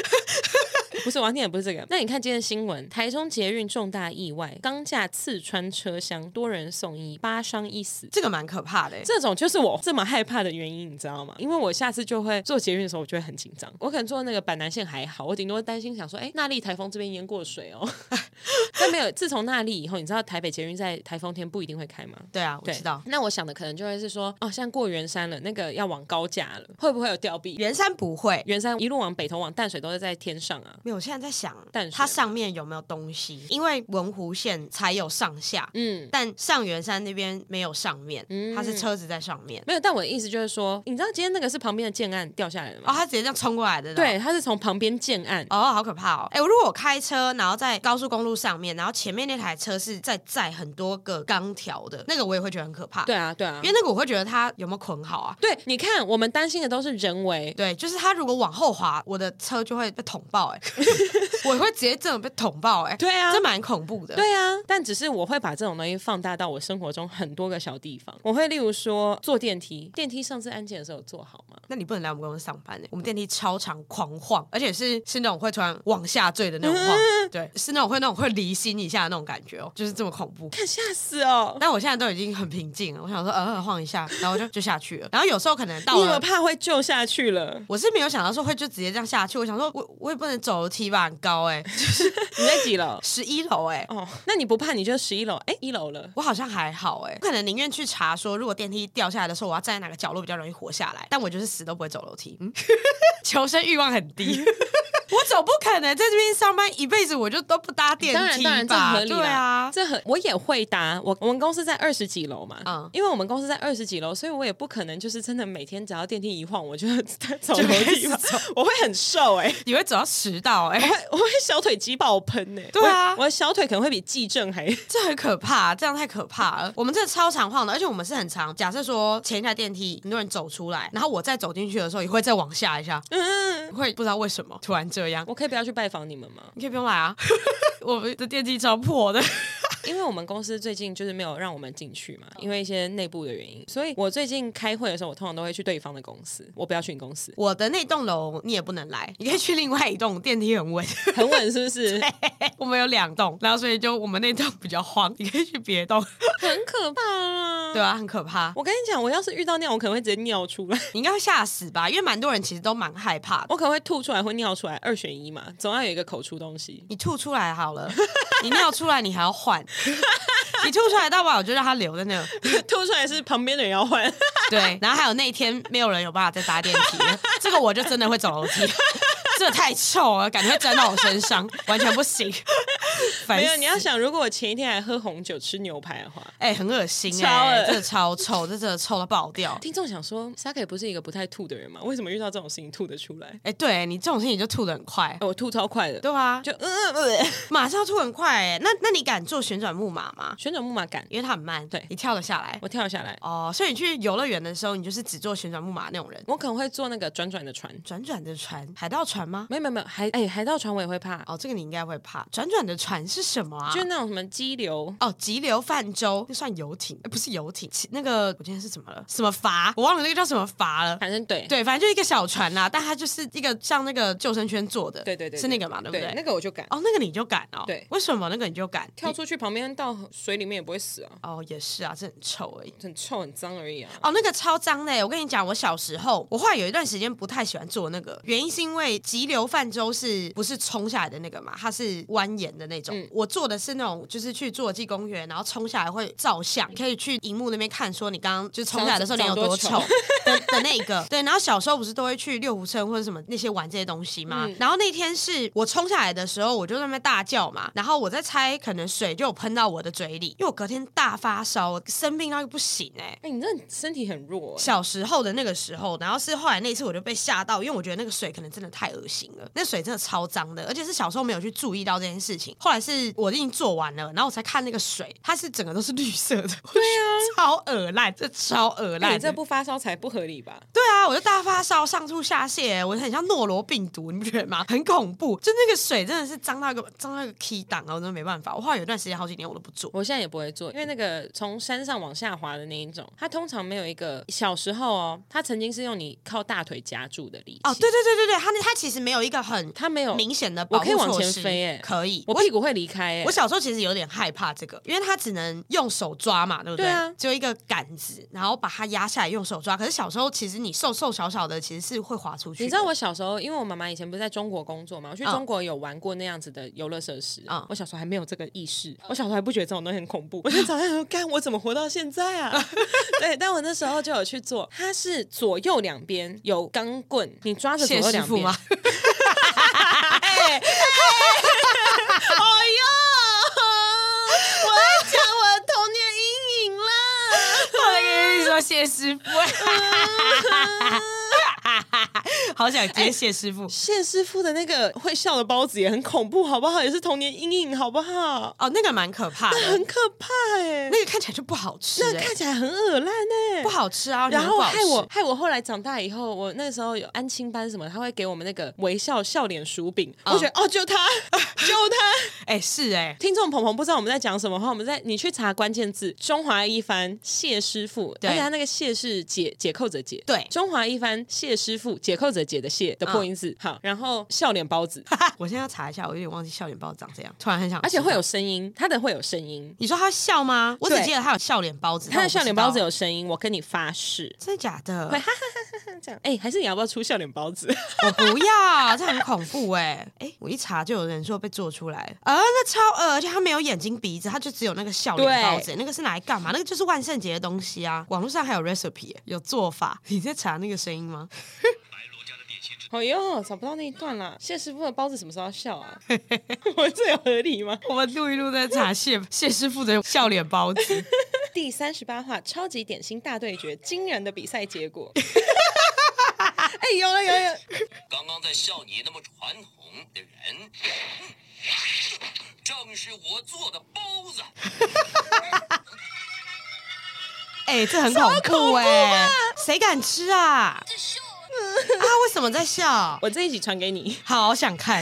不是，我要念的不是这个。那你看今天的新闻，台中捷运重大意外，钢架刺穿车厢，多人送医，八伤一死。这个蛮可怕的欸。这种就是我这么害怕的原因，你知道吗？因为我下次就会坐捷运的时候，我就会很紧张。我可能坐那个板南线还好，我顶多担心想说，哎，那莉台风这边淹过水哦。 但没有，自从那莉以后，你知道台北捷运在台风天不一定会开吗？对啊，我知道。那我想的可能就会是说，哦，像过圆山了，那个要往高架了，会不会有吊臂？圆山不会，圆山一路往北头往淡水都是在天上啊。没有。我现在在想淡，水它上面有没有东西？因为文湖线才有上下，嗯，但上圆山那边没有上面，它是车子在上面。没有。但我的意思就是说，你知道今天那个是旁边的建案掉下来的哦，吗？它直接这样冲过来的。对，它是从旁边建案。哦，好可怕哦！哎、如果我开车，然后在高速公路上面，然后前面那台车是在载很多个钢条的，那个我也会觉得很可怕。对，啊，对啊因为。那个我会觉得它有没有捆好啊？对，你看，我们担心的都是人为。对，就是它如果往后滑，我的车就会被捅爆、 哎，我会直接这种被捅爆、哎，对啊这蛮恐怖的。，对啊，但只是我会把这种东西放大到我生活中很多个小地方。我会例如说坐电梯，电梯上次安检的时候有坐好吗？那你不能来我们公司上班、哎，我们电梯超常狂晃，而且是是那种会突然往下坠的那种晃，嗯对，是那种会那种会离心一下的那种感觉哦，就是这么恐怖。看吓死哦！但我现在都已经很平静了，我想说呃晃一下，然后就就下去了。然后有时候可能到你以为了怕会救下去了？我是没有想到说会就直接这样下去，我想说我我也不能走楼梯吧，很高哎、你在几楼？十一楼哎，哦，那你不怕？你就十一楼，哎，一楼了。我好像还好哎、我可能宁愿去查说如果电梯掉下来的时候，我要站在哪个角落比较容易活下来，但我就是死都不会走楼梯，嗯、 求生欲望很低。我总不可能在这边上班一辈子，我就都不搭电当然，梯当然这吧？合理啦对啊，这很我也会搭。我我们公司在二十几楼嘛，嗯因为我们公司在二十几楼，所以我也不可能就是真的每天只要电梯一晃，我就 走就楼开梯始吧走，我会很瘦哎、你会走到迟到哎、我会 我会小腿肌爆喷哎、对啊我的我的小腿可能会比季正还这很可怕，这样太可怕了。我们真的超常晃的，而且我们是很常。假设说前一台电梯很多人走出来，然后我再走进去的时候，也会再往下一下，嗯，会不知道为什么突然这样。 我可以不要去拜访你们吗？你可以不用来啊， 我们的电梯超破的。，因为我们公司最近就是没有让我们进去嘛，因为一些内部的原因，所以我最近开会的时候，我通常都会去对方的公司，我不要去你公司我的那栋楼你也不能来，你可以去另外一栋，电梯很稳。 很稳是不 是？我们有两栋，然后所以就我们那栋比较晃，你可以去别栋。 很可怕啊！对啊，很可怕，我跟你讲，我要是遇到那样，我可能会直接尿出 来，你应该会吓死吧？因为蛮多人其实都蛮害怕的。我可能会吐出来或尿出来，二选一嘛，总要有一个口出东西。你吐出来好了，你尿出来你还要换， 你吐出来大不了就让它留在那。吐出来是旁边的人要换，对，然后还有那一天没有人有办法再搭电梯了，这个我就真的会走楼梯， 这太臭了，感觉会沾到我身上，完全不行。烦没有。死你要想，如果我前一天还喝红酒吃牛排的话，哎、很恶心超哎、恶这超臭，这真的臭到爆掉。听众想说，Saki 不是一个不太吐的人嘛，为什么遇到这种事情吐得出来？哎、对你这种事情就吐的很快，哎我吐超快的，对啊，就就嗯嗯嗯，马上吐很快哎、那那你敢坐旋转木马吗？旋转木马杆，因为它很慢，对你跳了下来。我跳下来，哦，所以你去游乐园的时候，你就是只坐旋转木马那种人。我可能会坐那个转转的船，转转的船，海盗船吗？没有没有没有，海哎、海盗船我也会怕，哦，这个你应该会怕。转转的船是什么啊？就是那种什么激流。哦，急流泛舟，那算游艇，哎，不是游艇，其那个我今天是怎么了？什么筏？我忘了那个叫什么筏了。反正对对，反正就一个小船啦、但它就是一个像那个救生圈做的，对对对，是那个嘛，对对不对？那个我就敢哦，那个你就敢哦，对为什么那个你就敢跳你出去，旁边到水里面也不会死啊，哦，也是啊，这很臭而已。很臭很脏而已啊。哦，那个超脏的耶！我跟你讲，我小时候，我后来有一段时间不太喜欢做那个，原因是因为急流泛舟是不是冲下来的那个嘛？它是蜿蜒的那种。嗯我做的是那种，就是去侏罗纪公园，然后冲下来会照相，可以去荧幕那边看，说你刚刚就是冲下来的时候你有长多多丑丑的的那个。对，然后小时候不是都会去六湖村或者什么那些玩这些东西嘛？嗯然后那天是我冲下来的时候，我就在那边大叫嘛，然后我在猜可能水就有喷到我的嘴里，因为我隔天大发烧，我生病到一个不行哎、哎、你这身体很弱、欸，小时候的那个时候，然后是后来那一次我就被吓到，因为我觉得那个水可能真的太恶心了，那水真的超脏的，而且是小时候没有去注意到这件事情。后来是我已经做完了，然后我才看那个水，它是整个都是绿色 的。对啊，超恶烂，这超恶那烂你哎这的。不发烧才不合理吧？对啊，我就大发烧，上吐下泻，我很像诺罗病毒，你不觉得吗？很恐怖，就那个水真的是脏到一个脏到一个 key 档啊，我真的没办法。我后来有一段时间好几年我都不做。我现在也不会做，因为那个从山上往下滑的那一种，它通常没有一个小时候哦，它曾经是用你靠大腿夹住的力气哦，对，对对对对，它那它其实没有一个很它没有明显的保我护可以往措前施飞哎可以。我屁股会离开、欸，我小时候其实有点害怕这个，因为它只能用手抓嘛，对不对？对啊只有一个杆子，然后把它压下来用手抓。可是小时候其实你瘦瘦小小的，其实是会滑出去的。你知道我小时候，因为我妈妈以前不是在中国工作嘛，我去嗯中国有玩过那样子的游乐设施。嗯我小时候还没有这个意识，哦我小时候还不觉得这种东西很恐怖。我就早上想说，干我怎么活到现在 啊？对，但我那时候就有去做，它是左右两边有钢棍，你抓着左谢右师两傅边吗？。哎哎哎呦！ 我在讲我的童年阴影啦！我在跟你说 谢师傅，好想接谢师傅。谢师傅的那个会笑的包子也很恐怖，好不好？也是童年阴影，好不好？哦，那个蛮可怕的， 很可怕哎、那个看起来就不好吃、那哎看起来很恶烂哎、不好吃啊，然后不好害吃我害我后来长大以后，我那时候有安亲班什么，他会给我们那个微笑笑脸薯饼，嗯我觉得哦，就他， 就他。哎、是哎、听众鹏鹏不知道我们在讲什么话，我们在你去查关键字“中华一番谢师傅”，对而且他那个“谢”是解解扣者解，对嗯中华一番谢师傅”解扣者解的“谢”的破音字。好，然后笑脸包子，啊我现在要查一下，我有点忘记笑脸包子长这样，突然很想，而且会有。声音，它的会有声音，你说他笑吗？我只对记得他有笑脸包子，它的但我不知笑脸包子道有声音，我跟你发誓。真的假 的？会哈这样，哎、还是你要不要出笑脸包子？我不要，这很恐怖哎、哎、我一查就有人说被做出来了，啊，那超恶，而且他没有眼睛鼻子，他就只有那个笑脸包子，那个是拿来干嘛？那个就是万圣节的东西啊。网络上还有 recipe，、有做法。 你在查那个声音吗？哎呦，找不到那一段啦！谢师傅的包子什么时候要笑啊？ 我这有合理吗？我们录一录在 查谢谢师傅的笑脸包子。第三十八话超级点心大对决，惊人的比赛结果。 哎、有了有了有了，刚刚在笑你那么传统的人，嗯正是我做的包子。哎、这很恐怖哎、啊谁敢吃啊？啊，为什么在笑？我这一集传给你。好 想看，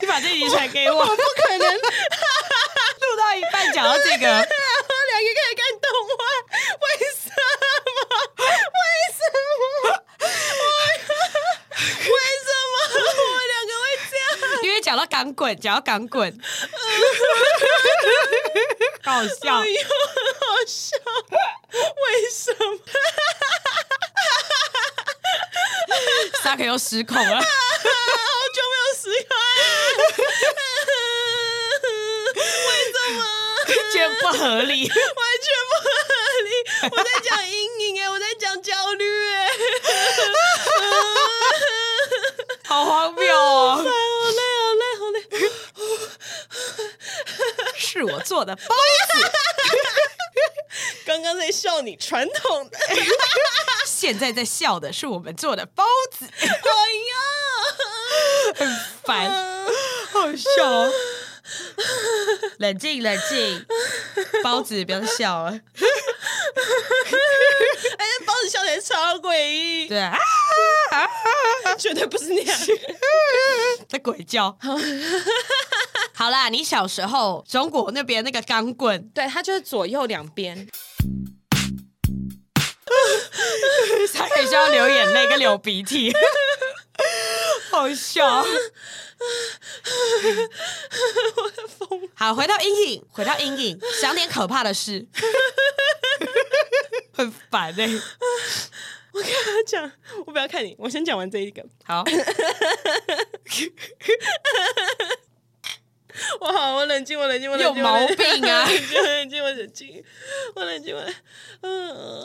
你把这集传给我，我不可能 录到一半讲到这个，我两个看看动画，为什么？为什么？我为什么我两个会这样？因为讲到港滚，讲到港 滚，好笑哎。呦，好笑！为什么？萨克又失控了。好久没有思考了，为什么？觉得不合理， 完全不合理！我在讲阴影哎、我在讲焦虑哎、好荒谬哦！好累好累好累！是我做的包刚刚在笑你传统的，哎呀，现在在笑的是我们做的包子，哎很烦。嗯好笑、哦。冷静，冷静，包子不要再笑了。哎，那包子笑起来超诡异，对啊，绝对不是那样。 在鬼叫。好啦，你小时候中国那边那个钢棍， 对，它就是左右两边，才可以需要流眼泪跟流鼻涕， 好笑。我的疯了。好，回到阴影，回到阴影，想点可怕的 事，很烦哎、我跟他讲，我不要看你，我先讲完这一 个。 好，我好，啊我冷静，我冷静，我冷静。有毛病啊我冷静，我冷静，我冷静，我冷静，我冷嗯，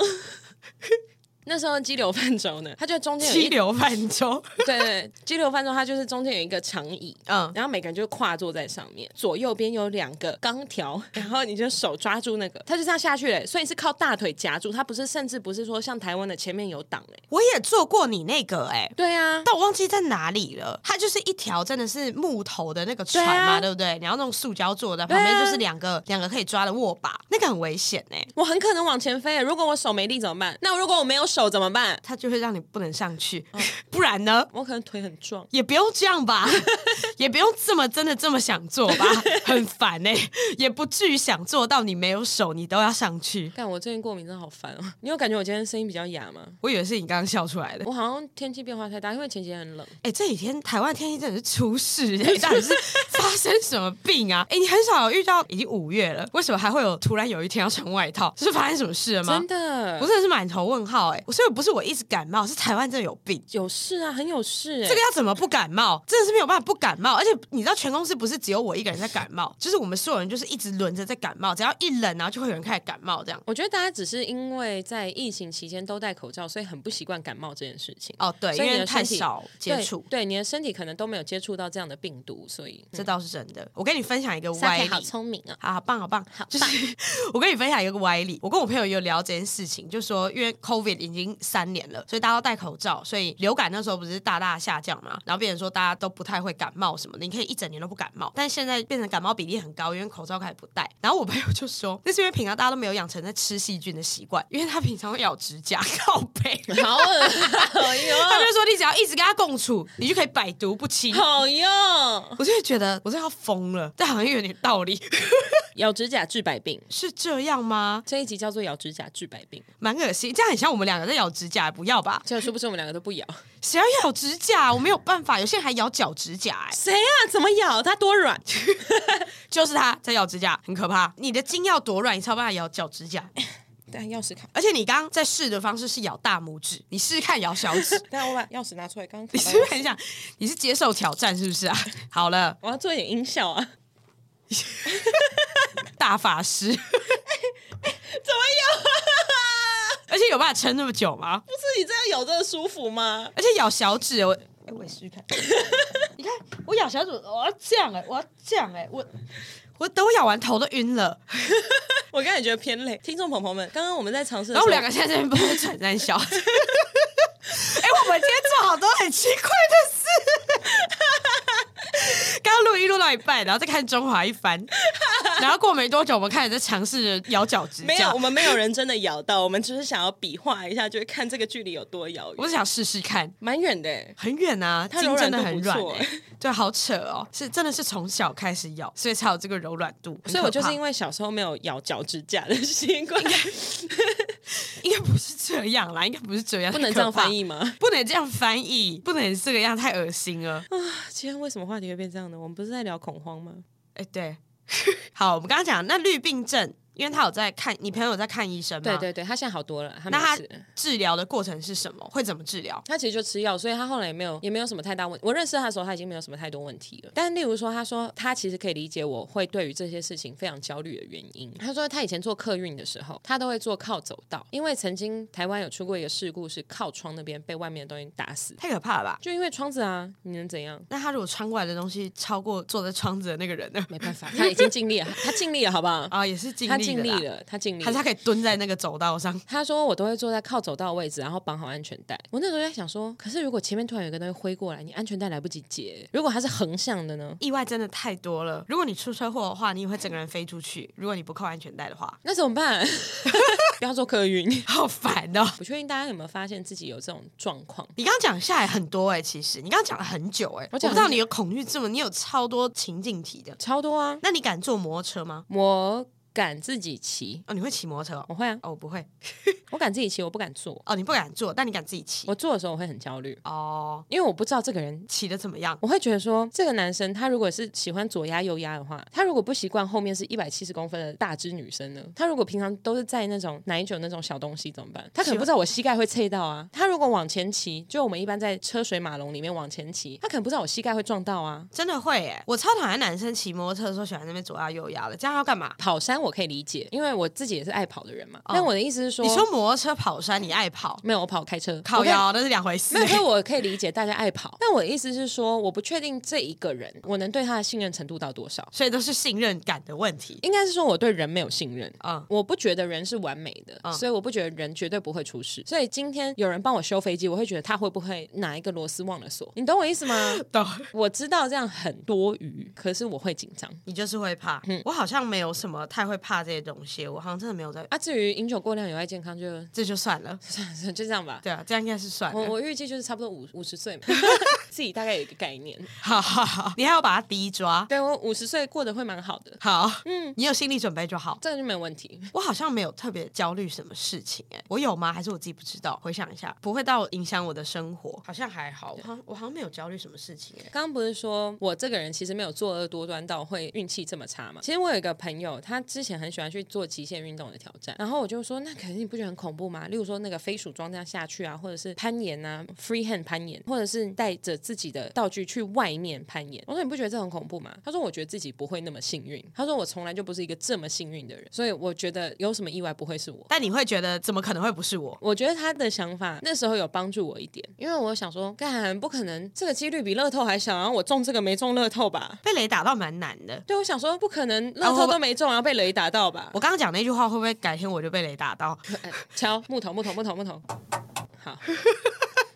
那时候激流泛舟呢，它就中间有激一流泛舟， 对对激流泛舟，它就是中间有一个长椅，嗯，然后每个人就跨坐在上面，左右边有两个钢条，然后你就手抓住那个，它就这样下去嘞。所以是靠大腿夹住，它不是，甚至不是说像台湾的前面有挡哎。我也做过你那个哎、对啊，但我忘记在哪里了。它就是一条真的是木头的那个船对嘛，啊对不对？然后那种塑胶做的，对啊旁边就是两个两个可以抓的握把，那个很危险哎、我很可能往前飞欸，如果我手没力怎么办？那如果我没有手怎么办？它就会让你不能上去， 不然呢？我可能腿很壮。也不用这样吧， 也不用这么真的这么想做 吧，很烦哎、也不至于想做到你没有手你都要上去。但我最近过敏真的好烦哦。你有感觉我今天声音比较哑吗？我以为是你刚刚笑出来的。我好像天气变化太大，因为前几天很冷。哎、这几天台湾天气真的是出事， 哎到底是发生什么病啊？哎、你很少有遇到，已经五月了，为什么还会有突然有一天要穿外套？这是发生什么事了吗真？的，我真的是满头问号哎、我所以不是我一直感冒，是台湾真的有病。有事啊，很有事哎、这个要怎么不感冒？真的是没有办法不感冒，而且你知道全公司不是只有我一个人在感冒，就是我们所有人就是一直轮着在感冒，只要一冷然后就会有人开始感冒这样。我觉得大家只是因为在疫情期间都戴口罩，所以很不习惯感冒这件事情。哦，对，因所以你为的太身体少接对触，对你的身体可能都没有接触到这样的病毒，所以嗯这倒是真的。我跟你分享一个歪 Saki 理，好聪明啊！好好棒，好棒，好棒就是 我跟你分享一个歪理，我跟我朋友也有聊这件事情，就说因为 COVID 已经三年了，所以大家都戴口罩，所以流感那时候不是大大下降嘛，然后变成说大家都不太会感冒什么的，你可以一整年都不感冒，但现在变成感冒比例很高，因为口罩开始不戴。然后我朋友就说，那是因为平常大家都没有养成在吃细菌的习惯，因为他平常会咬指甲、靠 背。 好恶， 好他用，就说：“你只要一直跟他共处，你就可以百毒不侵。好用，”我就会觉得我真的要疯了，但好像又有点道理， 咬指甲治百病。是这样吗？这一集叫做“咬指甲治百病蛮恶心，这样很像我们两个在咬指甲，不要吧”，？这殊不知我们两个都不 咬。谁要咬指甲？我没有办法，有些人还咬脚指甲、哎，谁啊？怎么咬？它多 软？就是他在咬指甲，很可怕。你的筋要多软，你才有办法咬脚指甲。但钥匙卡，，而且你刚刚在试的方式是咬大拇指，你试试看咬小指 但我把钥匙拿出来，刚你刚卡是到不是很想？你是接受挑战是不是啊？好了，我要做一点音效啊！ 大法师， 怎么咬、而且有办法撑那么久吗不？是你这样咬真的舒服吗？而且咬小指，我。哎我也试试看。 你看，我咬小指，我要这样哎、我要这样哎、我 我等我咬完头都晕了。我刚才觉得偏累。听众朋友们，刚刚我们在尝试的时然候，后我们两个现在在那边不喘三小。哎、 我们今天做好多很奇怪的事。 刚刚录音录到一半，然后再看中华一 番，然后过没多久，我们开始在尝试着咬脚趾没有，甲我。们没有人真的咬到， 我们只是想要比划一下，就是看这个距离有多遥我远，是想试试看，蛮远的欸。很远啊，它筋柔真软的度很不软、错欸，对，好扯哦，是真的是从小开始咬，所以才有这个柔软度。所以我就是因为为小时候没有咬脚趾甲的习惯，应该不是这样啦，应该不是这样， 不能这太可样翻怕，译吗？不能这样翻译，不能这个样，太恶心了。 今天为什么话题会变这样呢？我们不是在聊恐慌吗？哎、对， 好，我们刚刚讲那绿病症，因为他有在看，你朋友有在看医生吗？对。对对，他现在好多了，他那没他事。治疗的过程是什么？会怎么治疗？他其实就吃药，所以他后来也没有也没有什么太大问。我认识他的时候，他已经没有什么太多问题了。但例如说，他说他其实可以理解我会对于这些事情非常焦虑的原因。他说他以前做客运的时候，他都会坐靠走道，因为曾经台湾有出过一个事故，是靠窗那边被外面的东西打死，太可怕了吧！就因为窗子啊，你能怎样？那他如果穿过来的东西超过坐在窗子的那个人呢？没办法，他已经尽力了，他尽力了，好不好？ 啊、也是尽力他尽力啦，了，他尽力还是他了。可以蹲在那个走道上？他说我都会坐在靠走道的位置，然后绑好安全带。我那时候就在想说，可是如果前面突然有一个东西挥过来，你安全带来不及解。如果它是横向的呢？意外真的太多了。如果你出车祸的话，你也会整个人飞出去。如果你不扣安全带的话，那怎么办？ 不要做客运。好烦哦！不确定大家有没有发现自己有这种状况？你刚刚讲下来很多哎、其实你刚刚讲了很久哎、我讲不知道你有恐惧症，你有超多情境题的。超多啊！那你敢坐摩托车吗？我敢自己骑，哦，你会骑摩托车哦？我会啊，哦，我不会。我敢自己骑，我不敢坐。哦，你不敢坐，但你敢自己骑。我坐的时候我会很焦虑，哦，因为我不知道这个人。骑的怎么样？我会觉得说，这个男生他如果是喜欢左压右压的话，他如果不习惯后面是一百七十公分的大只女生呢？他如果平常都是在那种奶酒那种小东西怎么办？他可能不知道我膝盖会脆到啊。他如果往前骑，就我们一般在车水马龙里面往前骑，他可能不知道我膝盖会撞到啊。欸真的会耶！我超讨厌男生骑摩托车的时候喜欢在那边左压右压的，这样要干嘛？跑山我可以理解，因为我自己也是爱跑的人嘛。但我的意思是说，哦你说摩托车跑山，你爱跑，没有，我跑开车，靠我可以腰那是两回事欸没。有，所以我可以理解大家爱跑，但我的意思是说，我不确定这一个人我能对他的信任程度到多少。所以都是信任感的问题。应该是说我对人没有信任嗯我不觉得人是完美的，嗯所以我不觉得人绝对不会出事。所以今天有人帮我修飞机，我会觉得他会不会哪一个螺丝忘了锁？你懂我意思吗？懂，我知道这样很多余，可是我会紧张。你就是会怕。嗯我好像没有什么太会怕这些东西，我好像真的没有在，啊，至于饮酒过量有害健康就， 这就算了。就这样吧。对啊，这样应该是算我 了。我预计就是差不多五五十岁嘛， 自己大概有一个概念。好好好， 你还要把它低抓。对我五十岁过得会蛮好的，好，嗯，你有心理准备就好。这个就没有问题。我好像没有特别焦虑什么事情、哎，我有吗？还是我自己不知道？回想一下，不会到影响我的生活，好像还好。我好像我好像没有焦虑什么事情、哎，刚刚不是说我这个人其实没有作恶多端到会运气这么差嘛？其实我有一个朋友，他之前很喜欢去做极限运动的挑战，然后我就说，那肯定你不觉得很恐怖吗？例如说那个飞鼠装这样下去啊，或者是攀岩啊，free hand 攀岩，或者是带着自己的道具去外面攀岩。我说你不觉得这很恐怖吗？他说我觉得自己不会那么幸运，他说我从来就不是一个这么幸运的人，所以我觉得有什么意外不会是我。但你会觉得怎么可能会不是我？我觉得他的想法那时候有帮助我一点，因为我想说，干不可能，这个几率比乐透还小，然后我中这个没中乐透吧？被雷打到蛮难的。对，我想说不可能，啊乐我透都没中，然后被雷打到吧？我刚刚讲那句话，会不会改天我就被雷打到，哎敲木头，木头，木头，木头。好，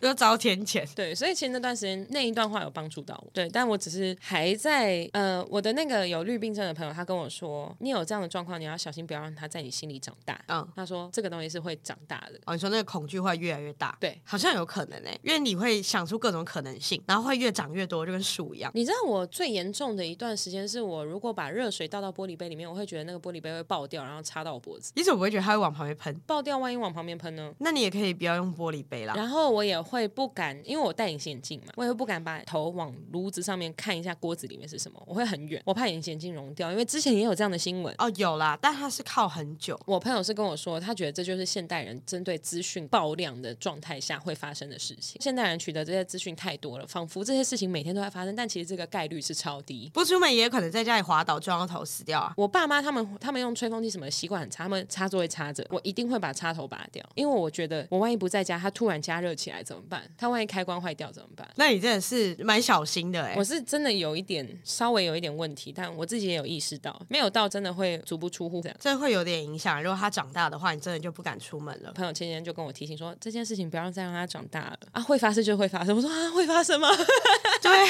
就遭天谴？对，所以其实那段时间那一段话有帮助到我，对，但我只是还在呃，我的那个有绿病症的朋友，他跟我说，你有这样的状况，你要小心，不要让它在你心里长大。嗯他说这个东西是会长大的，哦，你说那个恐惧会越来越大，对好像有可能哎、因为你会想出各种可能性，然后会越长越多，就跟树一样。你知道我最严重的一段时间是我如果把热水倒到玻璃杯里面，我会觉得那个玻璃杯会爆掉，然后插到我脖子。你怎么不会觉得它会往旁边喷？爆掉，万一往旁边喷呢？那你也可以不要用玻璃杯啦。然后我也会不敢，因为我戴隐形眼镜嘛，我也会不敢把头往炉子上面看一下锅子里面是什么，我会很远，我怕隐形眼镜融掉。因为之前也有这样的新闻，哦，有啦，但它是靠很久。我朋友是跟我说，他觉得这就是现代人针对资讯爆量的状态下会发生的事情。现代人取得这些资讯太多了，仿佛这些事情每天都在发生，但其实这个概率是超低。不出门也有可能在家里滑倒撞到头死掉啊！我爸妈他们他们用吹风机什么的习惯很差，他们插座会插着，我一定会把插头拔掉，因为我觉得我万一不在家，它突然加热起来怎么办？它万一开关坏掉怎么办？那你真的是蛮小心的哎、我是真的有一点稍微有一点问题，但我自己也有意识到，没有到真的会足不出户这样。这会有点影响。如果他长大的话，你真的就不敢出门了。朋友前几天就跟我提醒说，这件事情不要再让它长大了啊，会发生就会发生。我说啊，会发生吗？ 对啊，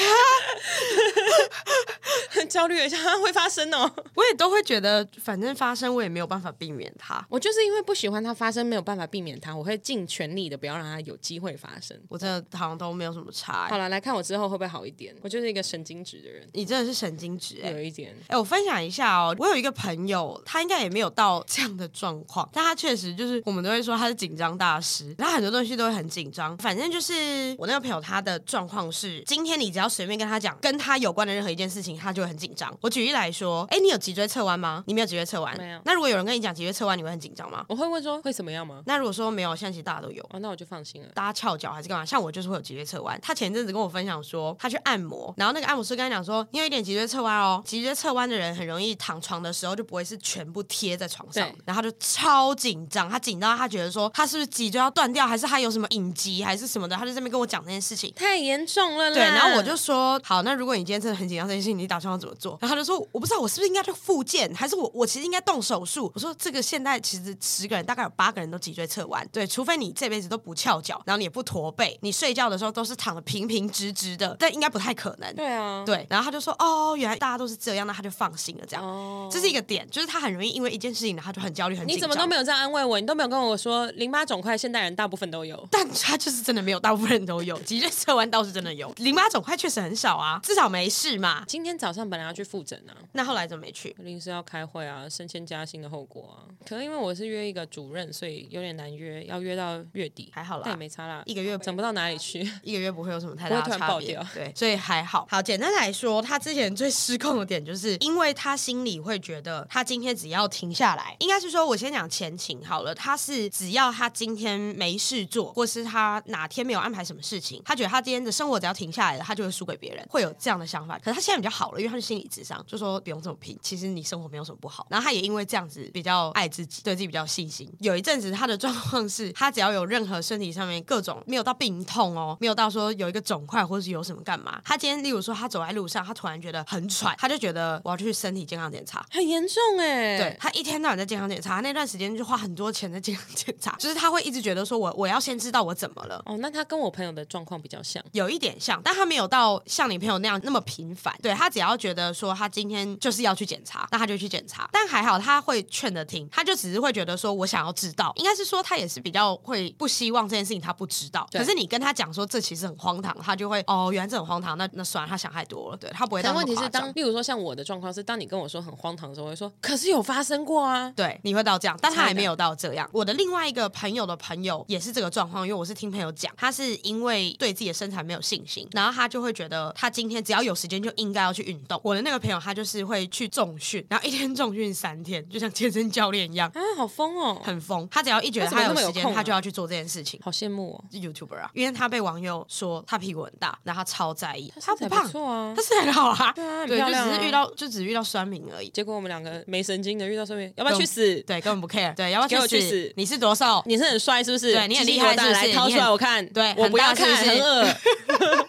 很焦虑一下，啊会发生哦。 我也都会觉得，反正发生我也没有办法避免它。我就是因为不喜欢它发生，没有办法避免它，我会尽全力的不要让它有机会发生。我真的好像都没有什么差、好欸。了，来看我之后会不会好一点。我就是一个神经质的人，你真的是神经质哎、有一点。哎、我分享一下哦，我有一个朋友，他应该也没有到这样的状况，但他确实就是我们都会说他是紧张大师，他很多东西都会很紧张。反正就是我那个朋友，他的状况是，今天你只要随便跟他讲跟他有关的任何一件事情，他就会很紧张。我举例来说，哎、你有脊椎侧弯吗？你没有脊椎侧弯，没有那如果有人跟你讲脊椎侧弯，你会很紧张吗？我会问说会怎么样吗？那如果说没有，现在其实大家都有。哦，那我就放心了。大家翘脚还是干嘛？像我就是会有脊椎侧弯。他前阵子跟我分享说，他去按摩，然后那个按摩师跟他讲说，你有一点脊椎侧弯哦。脊椎侧弯的人很容易躺床的时候就不会是全部贴在床上对，然后他就超紧张，他紧张到他觉得说他是不是脊椎要断掉，还是他有什么隐疾还是什么的，他就在那边跟我讲这件事情。太严重了啦！对，然后我就说好，那如果你今天真的很紧张这件事情，你打算要怎么做？然后他就说我不知道，我是不是应该去复健，还是我我其实应该动手术？我说这个现在其实十个人大概有八个人都脊椎侧弯，对，除非你这辈子都不翘脚，然后你也不驼背，你睡觉的时候都是躺的平平直直的，但应该不太可能。对啊，对，然后他就说哦，原来大家都是这样，那他就放心了，这样。哦这是一个点，就是他很容易因为一件事情，然后他就很焦虑、很紧张。你怎么都没有这样安慰我？你都没有跟我说淋巴肿块，现代人大部分都有。但他就是真的没有，大部分人都有脊椎侧弯倒是真的有，淋巴肿块确实很少啊，至少没事嘛。今天早上本来要去复诊啊，那后来怎么没去？临时要开会啊，升迁加薪的后果啊。可能因为我是约一个主任，所以有点难约，要约到月底，还好啦但也没差啦，一个月整不到哪里去。一个月不会有什么太大不会的突然差爆别掉， 对，所以还好。好，简单来说，他之前最失控的点，就是因为他心里会觉得，他今天只要停下来，应该是说，我先讲前情好了。他是只要他今天没事做，或是他哪天没有安排什么事情，他觉得他今天的生活只要停下来了，他就会输给别人，会有这样的想法。可是他现在比较好了，因为他去心理智商，就说不用这么拼，其实你生活没有什么不好。然后他也因为这样子比较爱自己，对自己比较有信心。有一阵子他的状况是，他只要有任何身体上面各种没有到病痛哦，没有到说有一个肿块或者是有什么干嘛，他今天例如说他走在路上，他突然觉得很喘，他就觉得我要去身体健康检查。很严重哎、对，他一天到晚在健康检查，他那段时间就花很多钱在健康检查，就是他会一直觉得说我我要先知道我怎么了。哦，那他跟我朋友的状况比较像，有一点像，但他没有到像你朋友那样那么频繁。对他只要觉得说他今天就是要去检查，那他就去检查。但还好他会劝着听，他就只是会觉得说我想要知道，应该是说他也是比较会不希望这件事情他不知道。对可是你跟他讲说这其实很荒唐，他就会哦原来这很荒唐，那那算了，他想太多了。对他不会到但那问么题是夸张当，例如说像我的状况是，当你跟我说很荒唐的时候，我会说，可是有发生过啊。对，你会到这样，但他猜还的没有到这样。我的另外一个朋友的朋友也是这个状况，因为我是听朋友讲，他是因为对自己的身材没有信心，然后他就会觉得他今天只要有时间就应该要去运动。我的那个朋友他就是会去重训，然后一天重训三天，就像健身教练一样，啊，好疯哦，很疯。他只要一觉得他怎么他那有么有时间，空啊他就要去做这件事情。好羡慕哦。 YouTuber 啊，因为他被网友说他屁股很大，然后他超在意，他身材不胖不，错啊他，身材很好啊，对啊很对，就漂亮啊只是遇到就只是遇到酸民而已。结果我们两个没神经的遇到身边，要不要去死？对，根本不 care。对，要不给要我去死死？你是多少？你是很帅是不是？对你很鸡鸡厉害多大是不是来掏你出很来我看。对我很不大要看，是不是很 恶。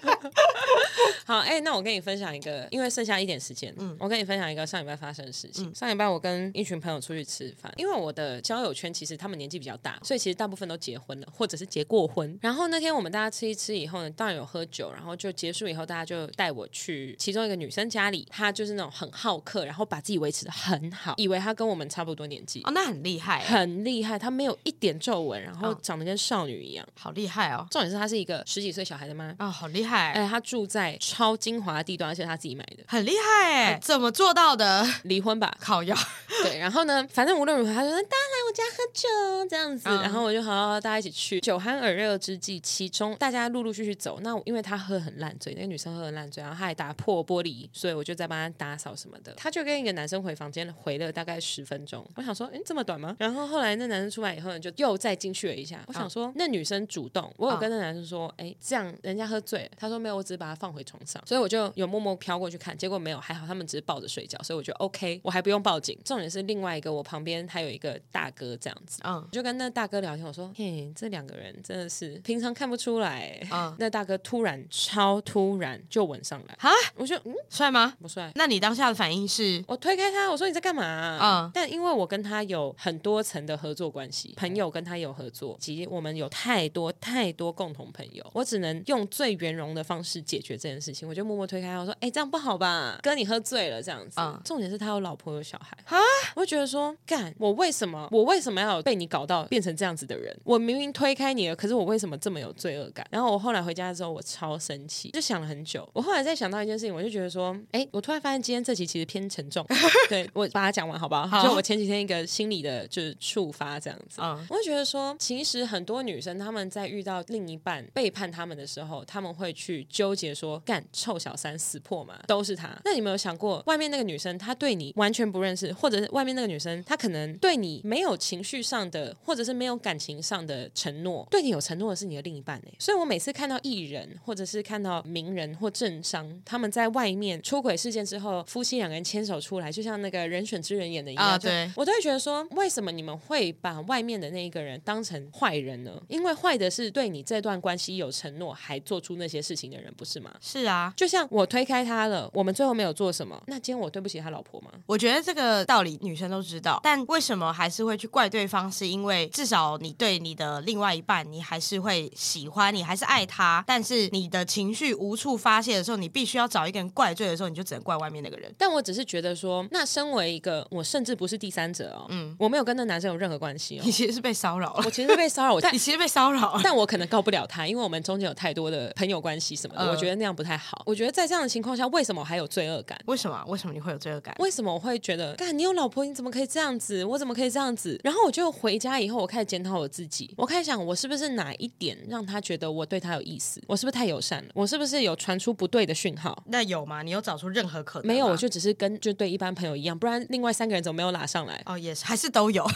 好，哎、那我跟你分享一个，因为剩下一点时间，嗯，我跟你分享一个上礼拜发生的事嗯情。上礼拜我跟一群朋友出去吃饭，因为我的交友圈其实他们年纪比较大，所以其实大部分都结婚了，或者是结过婚。然后那天我们大家吃一吃以后呢，当然有喝酒，然后就结束以后，大家就带我去其中一个女生家里，她就是那种很好客，然后把自己维持的很好，以为她跟我们差不多年纪哦，，那很厉害欸，很厉害，她没有一点皱纹，然后嗯长得跟少女一样。好厉害哦，重点是她是一个十几岁小孩的妈，啊、好厉害欸，哎，她住在超精华的地段，而且她自己买的，很厉害哎，怎么做到的？？离婚吧 烤鸭，对，然后呢，反正无论如何，她就说大家来我家喝酒这样子，嗯然后我就好好大家一起去。酒酣耳热之际，其中大家陆陆续续走，那我因为她喝很烂醉，那个女生喝很烂醉，然后她还打破玻璃，所以我就在帮她打扫什么的。她就跟一个男生回房间回了大概十分钟，我想说，嗯，这么短吗？然后后来那男生出来以后呢，就又再进去了一下，我想说、那女生主动，我有跟那男生说，哎、这样人家喝醉了，他说没有，我只是把他放回床上，所以我就有默默飘过去看，结果没有，还好他们只是抱着睡觉，所以我觉得 OK，我还不用报警。重点是另外一个，我旁边还有一个大哥这样子。嗯我就跟那大哥聊天，我说：“嘿，这两个人真的是平常看不出来。嗯那大哥突然超突然就吻上来，啊，我就嗯帅吗？不帅，那你当下的反应是我推开他，我说你在干嘛、啊嗯但因为我跟他有很多层的合作关系，朋友跟他有合作，及我们有太多太多共同朋友，我只能用最圆融的方式解决这件事情。我就默默推开他，我说：“哎、这样不好吧？哥，你喝醉了这样子。嗯重点是他有老婆有小孩啊，我就觉得说，干，我为什么我为什么要被你搞到变成这样子的人？我明明推开你了，可是我为什么这么有罪恶感？然后我后来回家之后，我超生气，就想了很久。我后来再想到一件事情，我就觉得说，哎、我突然发现今天这集其实偏沉重。 对我把它讲完好不好？好就我前几天一个心理的就是触发这样子，嗯我就觉得说，其实很多女生她们在遇到另一半背叛她们的时候，她们会去纠结说，干臭小三死破嘛，都是他。那你有没有想过，外面那个女生她对你完全不认识，或者是外面那个女生她可能对你没有情绪上的，或者是没有感情上的承诺，对你有承诺的是你的另一半哎、所以我每次看到艺人，或者是看到名人或政商，他们在外面出轨事件之后，夫妻两个人牵手出来，就像那个人选之人演的一样，啊就对我都会觉得说，为什么你们会把外面的那一个人当成坏人呢？因为坏的是对你这段关系有承诺，还做出那些事情的人，不是吗？是啊？就像我推开他了，我们最后没有做什么，那今天我对不起他老婆吗？我觉得这个道理女生都知道，但为什么还是会去怪对方？是因为至少你对你的另外一半，你还是会喜欢，你还是爱他，但是你的情绪无处发泄的时候，你必须要找一个人怪罪的时候，你就只能怪外面那个人。但我只是觉得说，那身为一个我甚至不是第三者哦，嗯我没有跟那男生有任何关系哦你，其实是被骚扰了我，其实被骚 扰，我但你其实被骚扰了。 但我可能告不了他，因为我们中间有太多的朋友关系什么的，呃我觉得那样不太好。我觉得在这样的情况下，为什么我还有罪恶感？为什么啊？为什么你会有罪恶感？为什么我会觉得，干你有老婆，你怎么可以这样子？我怎么可以这样子？然后我就回家以后，我开始检讨我自己，我开始想，我是不是哪一点让他觉得我对他有意思？我是不是太友善了？我是不是有传出不对的讯号？那有吗？你有找出任何可能吗？没有，我就只是跟就对一哦般朋友一样，不然另外三个人怎么没有拉上来？哦，也是，还是都有。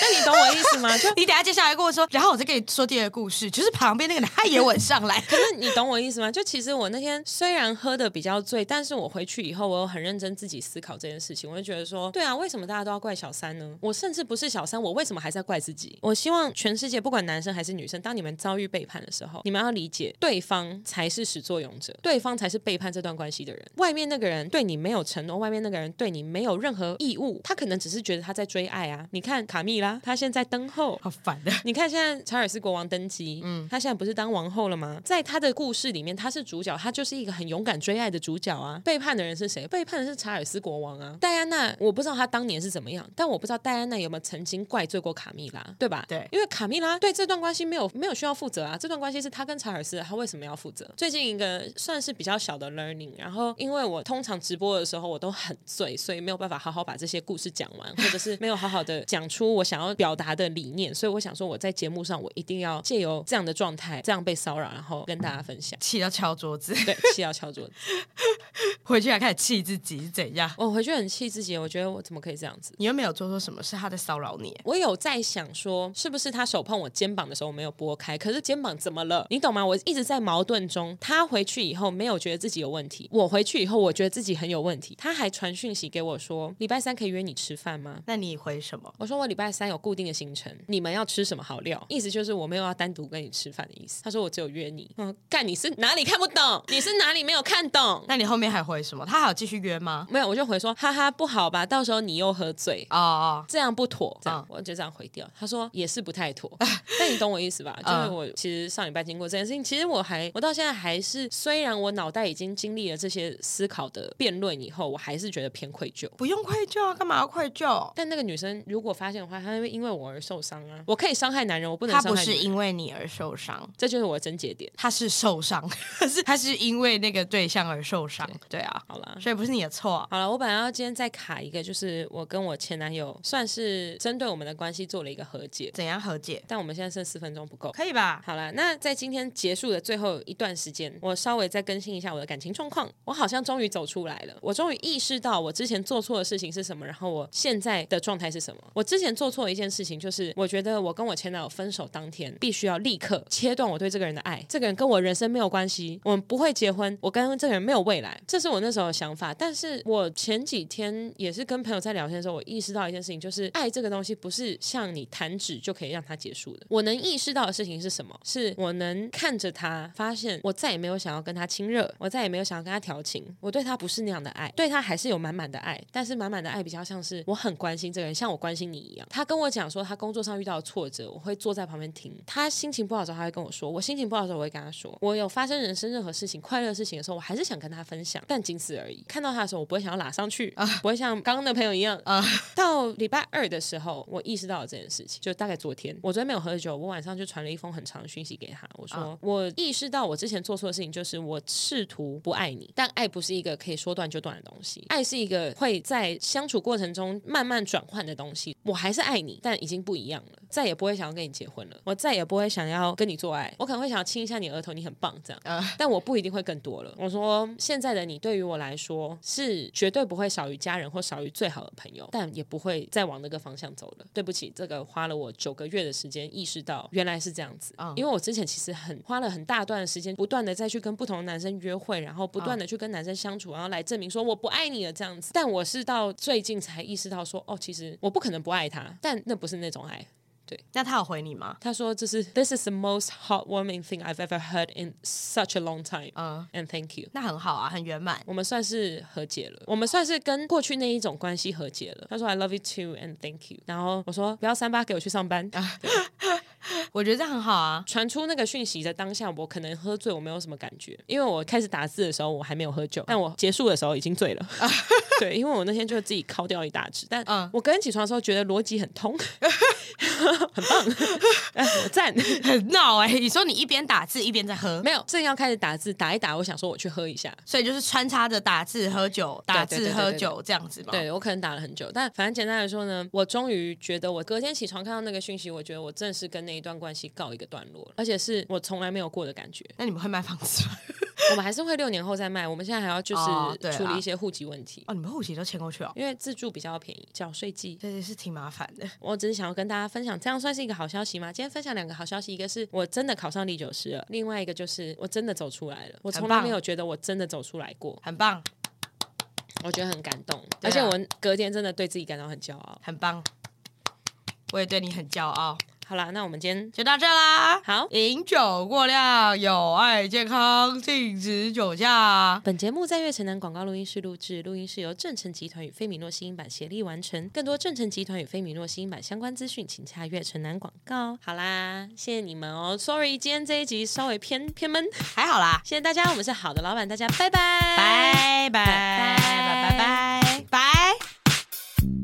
但你懂我意思吗？就 你等一下接下来跟我说，然后我再跟你说第二个故事，就是旁边那个男他也吻上来， 可是你懂我意思吗？就其实我那天虽然喝的比较醉，但是我回去以后，我有很认真自己思考这件事情，我就觉得说，对啊，为什么大家都要怪小三呢？我甚至不是小三，我为什么还在怪自己？我希望全世界不管男生还是女生，当你们遭遇背叛的时候，你们要理解对方才是始作俑者，对方才是背叛这段关系的人。外面那个人对你没有承诺，外面那个人对你没有任何义务，他可能只是觉得他在追爱啊。你看卡蜜拉，她现在登后，好烦的。 你看现在查尔斯国王登基，嗯，他现在不是当王后了吗？在他的故事里面，他是主角，他就是一个很勇敢追爱的主角啊。背叛的人是谁？背叛的是查尔斯国王啊。戴安娜，我不知道她当年是怎么样，但我不知道戴安娜有没有曾经怪罪过卡蜜拉，对吧？对因为卡蜜拉对这段关系没有没有需要负责啊，这段关系是她跟查尔斯，她为什么要负责？最近一个算是比较小的 learning，然后因为我通常直播的时候我都很醉，所以没有办法好好把这些故事讲完，或者是没有好好的 讲出我想要表达的理念，所以我想说我在节目上我一定要借由这样的状态，这样被骚扰，然后跟大家分享。气到敲桌子，对，气到敲桌子。回去还开始气自己是怎样？ 我回去很气自己，我觉得我怎么可以这样子？你又没有做错什么事，他在骚扰你。我有在想说，是不是他手碰我肩膀的时候我没有拨开？可是肩膀怎么了？你懂吗？我一直在矛盾中。他回去以后没有觉得自己有问题，我回去以后我觉得自己很有问题。他还传讯息给我说，礼拜三可以约你吃饭吗？那你回什么？我说我礼拜三有固定的行程，你们要吃什么好料？意思就是我没有要单独跟你吃饭的意思。他说我只有约你。嗯，干你是哪里看不懂？你是哪里没有看懂？ 那你后面还回什么？他还有继续约吗？没有，我就回说哈哈，不好吧？到时候你又喝醉，哦哦，这样不妥，这样、嗯我就这样回掉。他说也是不太 妥，但你懂我意思吧？就是我其实上礼拜经过这件事情，其实我还我到现在还是，虽然我脑袋已经经历了这些思考的辩论以后，我还是觉得偏愧疚。不用愧疚啊，干嘛要愧疚？但那个女生如果发现的话，她会因为我而受伤啊！我可以伤害男人，我不能他伤不害是女人因为你而受伤，这就是我的症结点。他是受伤， 是他是因为那个对象而受伤。对啊，好啦，所以不是你的错啊。好了，我本来要今天再卡一个，就是我跟我前男友算是针对我们的关系做了一个和解，怎样和解？但我们现在剩四分钟不够。可以吧？好啦，那在今天结束的最后一段时间，我稍微再更新一下我的感情状况。我好像终于走出来了，我终于意识到我之前做错的事情是什么，然后我现在的状态是什么。我之前做错的一件事情就是，我觉得我跟我前男友分手当天，必须要立刻切断我对这个人的爱。这个人跟我人生没有关系，我们不会结婚，我跟这个人没有未来，这是我那时候的想法。但是我前几天也是跟朋友在聊天的时候，我意识到一件事情，就是爱这个东西不是像 你弹指就可以让它结束的。我能意识到的事情是什么？是我能看着他，发现我再也没有想要跟他亲热，我再也没有想要跟他调情，我对他不是那样的爱，对他还是有满满的爱，但是满满的爱比较像是我很关心这个人，像我关心你一样。他跟我讲说他工作上遇到的挫折，我会坐在旁边听。他心情不好的时候，他会跟我说；我心情不好的时候，我会跟他说。我有发生人生任何事情、快乐的事情的时候，我还是想跟他分享，但仅此而已。看到他的时候，我不会想要拉上去，不会像刚刚的朋友一样啊 到礼拜二的时候，我意识到了这件事情，就大概昨天，我昨天没有喝酒，我晚上就传了一封很长的讯息给他，我说、我意识到我之前做错的事情，就是我试图不爱你，但爱不是一个可以说断就断的东西，爱是一个会在相处过程中慢慢转换的东西。我还是爱你，但已经不一样了，再也不会想要跟你结婚了，我再也不会想要跟你做爱，我可能会想要亲一下你额头，你很棒这样，但我不一定会更多了。我说现在的你对于我来说是绝对不会少于家人或少于最好的朋友，但也不会再往那个方向走了。对不起，这个花了我九个月的时间意识到原来是这样子，嗯因为我之前其实很花了很大段的时间，不断的再去跟不同的男生约会，然后不断的去跟男生相处，然后来证明说我不爱你了这样子。但我是到最近才意识到说，哦，其实我不可能不爱他，但那不是那种爱。那他有回你吗？他说这是 This is the most heartwarming thing I've ever heard in such a long time，嗯，and thank you。那很好啊，很圆满。我们算是和解了，我们算是跟过去那一种关系和解了。他说 I love you too and thank you，然后我说不要三八给我去上班。对我觉得这样很好啊。传出那个讯息的当下，我可能喝醉，我没有什么感觉，因为我开始打字的时候我还没有喝酒，但我结束的时候已经醉了。 对，因为我那天就自己敲掉一大支，但嗯我隔天起床的时候觉得逻辑很通， 很棒， 哎我赞。 很闹哎、你说你一边打字一边在喝，没有，正要开始打字，打一打，我想说我去喝一下，所以就是穿插着打字喝酒，打对字对对喝对酒这样子嘛。对我可能打了很久，但反正简单来说呢，我终于觉得我隔天起床看到那个讯息，我觉得我正式跟那一段关系告一个段落了，而且是我从来没有过的感觉。那你们会卖房子吗？ 我们还是会六年后再卖。我们现在还要就哦对是啦处理一些户籍问题，哦，你们户籍都迁过去哦，因为自住比较便宜，缴税季对对是挺麻烦的。我只是想要跟大家分享，这样算是一个好消息吗？今天分享两个好消息，一个是我真的考上历九师了，另外一个就是我真的走出来了。我从很棒来没有觉得我真的走出来过，很棒，我觉得很感动，对而啊且我隔天真的对自己感到很骄傲。很棒，我也对你很骄傲。好啦，那我们今天就到这啦。好饮酒过量有害健康，禁止酒驾。本节目在月城南广告录音室录制，录音室由正成集团与飞米诺吸音版协力完成。更多正成集团与飞米诺吸音版相关资讯，请洽月城南广告。好啦，谢谢你们哦，Sorry，今天这一集稍微偏偏闷，还好啦，谢谢大家，我们是好的老板，大家拜拜，拜拜拜拜拜拜。